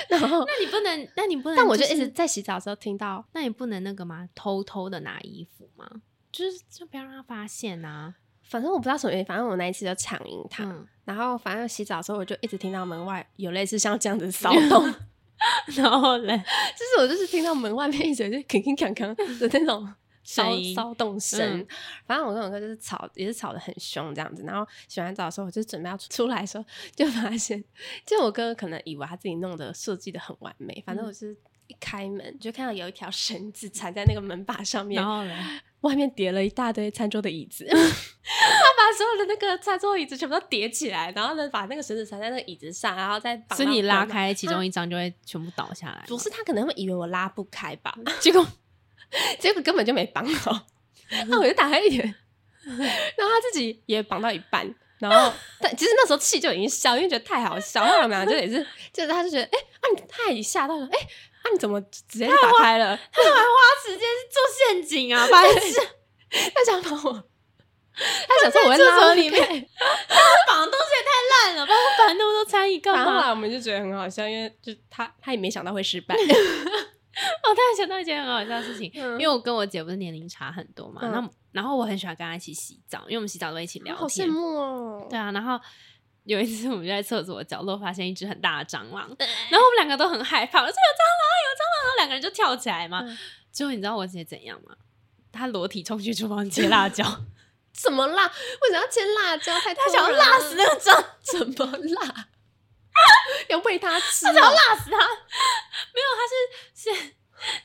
B: 然后，
A: 那你不能，那你不能、
B: 但我就一
A: 是
B: 直，在洗澡的时候听到
A: 那你不能那个吗？偷偷的拿衣服吗？就是就不要让他发现啊。
B: 反正我不知道什么原因，反正我那一次就抢赢他。
A: 嗯，
B: 然后反正洗澡的时候，我就一直听到门外有类似像这样 的骚动，就
A: 然后嘞，
B: 是我就是听到门外面一直就吭吭锵锵的那 种骚
A: 声音
B: 骚动声。
A: 嗯
B: 反正我跟我哥就是吵，也是吵得很凶这样子。然后洗完澡的时候，我就准备要出出来的时候，就发现，就我哥可能以为他自己弄的设计的很完美，反正
A: 嗯
B: 我就是一开门就看到有一条绳子缠在那个门把上面
A: 然，后嘞，
B: 外面叠了一大堆餐桌的椅 子，他把所有的那个餐桌椅子全部都叠起来，然后呢把那个绳子缠在那个椅子上，然后再绑。
A: 所以你拉，开其中一张就会全部倒下来。
B: 不是他可能会以为我拉不开吧，
A: 结 果
B: 结果根本就没绑 好，那我就打开 一点，然后他自己也绑到一半。然 后，但其实那时候气就已经消，因为觉得太好笑。后来我们俩就也是，就是他就觉得，哎、啊你，他也吓到了，哎、啊你怎么直接就打开了？
A: 花时间是做陷阱 啊，白痴！
B: 他想把我， 他想说我会
A: 在厕所
B: 拉
A: 里
B: 里
A: 面
B: 面，
A: 绑的东西也太烂了，把我绑那么多参与干
B: 然后后
A: 嘛？
B: 来我们就觉得很好笑，因为就他他也没想到会失败，
A: 我哦突然想到一件很好笑的事情，
B: 嗯
A: 因为我跟我姐不是年龄差很多嘛，
B: 嗯
A: 那、然后我很喜欢跟她一起洗澡，因为我们洗澡都会一起聊
B: 好
A: 天
B: 羡。慕哦。
A: 对啊，然后有一次我们就在厕所的角落发现一只很大的蟑螂，然后我们两个都很害怕，我说有蟑螂，有蟑螂，然后两个人就跳起来嘛。
B: 嗯
A: 结果你知道我姐怎样吗？她裸体冲去厨房切辣椒，她
B: 怎么辣？为什么要煎辣椒？太他
A: 想要辣死那个蟑，
B: 怎么辣？ 要喂它吃哦？
A: 辣死她。没有，她是先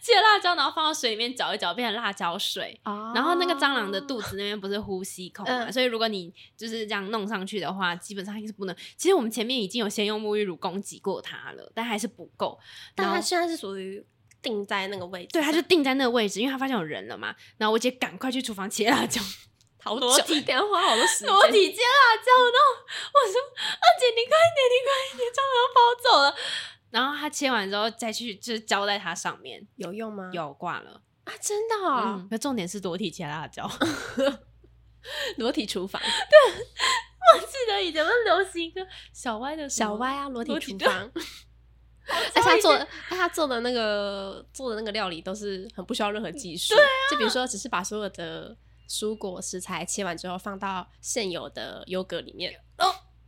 A: 切辣椒，然后放到水里面搅一搅，变成辣椒水。
B: 哦
A: 然后那个蟑螂的肚子那边不是呼吸孔嘛，
B: 嗯
A: 所以如果你就是这样弄上去的话，基本上还是不能。其实我们前面已经有先用沐浴乳攻击过它了，但还是不够。
B: 但
A: 然
B: 它
A: 后
B: 现在是属于定在那个位置
A: 对，
B: 上，
A: 他就定在那个位置，因为他发现有人了嘛。然后我姐赶快去厨房切 辣椒，
B: 好
A: 裸
B: 久，
A: 体
B: 等一下花好多时间。
A: 裸体切辣椒。然后我说：“二姐，你快一点，你快一点，蟑螂跑走了。”然后他切完之后再去，就是浇在它上面，
B: 有用吗？
A: 有挂了。
B: 啊，真的
A: 啊、
B: 哦，
A: 可重点是裸体切辣 椒。
B: 裸体厨房，
A: 记得以前不是流行一个小歪的什么
B: 小歪啊，裸体
A: 裸体
B: 厨
A: 对
B: 房。而且他做，而且他做的那个做的那个料理都是很不需要任何技术，对啊，就比如说只是把所有的蔬果食材切完之后放到现有的优格里面，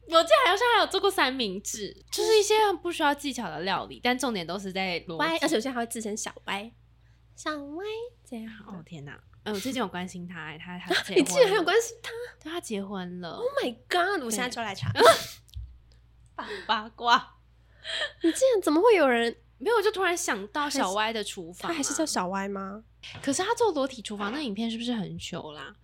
A: 我记得好像还有做过三明治，就是一些很不需要技巧的料理，但重点都是在逻
B: 歪，而
A: 辑。
B: 且有些还会自称小歪，小薇这样。
A: 哦天哪！哎，我最近有关心他，哎他 他结
B: 你竟然还
A: 婚
B: 有
A: 了
B: 关心他
A: 对他结婚了，
B: ？Oh my god！我现在
A: 对
B: 就来查，
A: 八卦
B: 你竟然怎么会有人？
A: 没有，我就突然想到
B: 是
A: 小歪的厨房
B: 他
A: 啊，
B: 还是叫小歪吗？
A: 可是他做裸体厨房那影片是不是很久啦？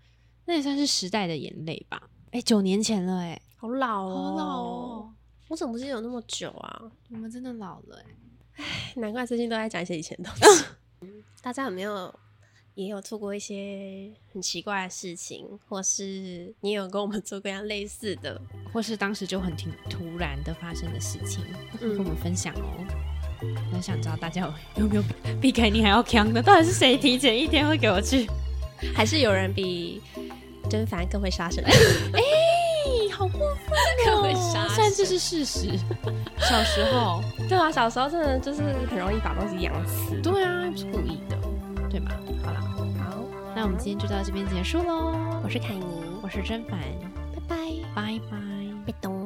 A: 那也算是时代的眼泪吧。哎，九年前了哎、
B: 好老
A: 好
B: 哦，
A: 老哦！，
B: 我怎么不记得有那么久啊？
A: 我们真的老了哎、
B: 难怪最近都在讲一些以前的东西。 大家有没有也有做过一些很奇怪的事情，或是你有跟我们做过一样类似的？
A: 或是当时就很挺突然的发生的事情，
B: 嗯
A: 跟我们分享哦。很想知道大家有有没有比凯尼还要强的？到底是谁提前一天会给我去？
B: 还是有人比甄凡更会杀生？
A: 哎，好过分
B: 可会杀
A: 虽然这是事实，小时候，
B: 对啊，小时候真的就是很容易把东西养死。
A: 对啊，又不是故意的，对吗？好啦，
B: 好，
A: 那我们今天就到这边结束喽。
B: 我是凯妮，
A: 我是甄凡，
B: 拜拜，
A: 拜拜。
B: 拜拜。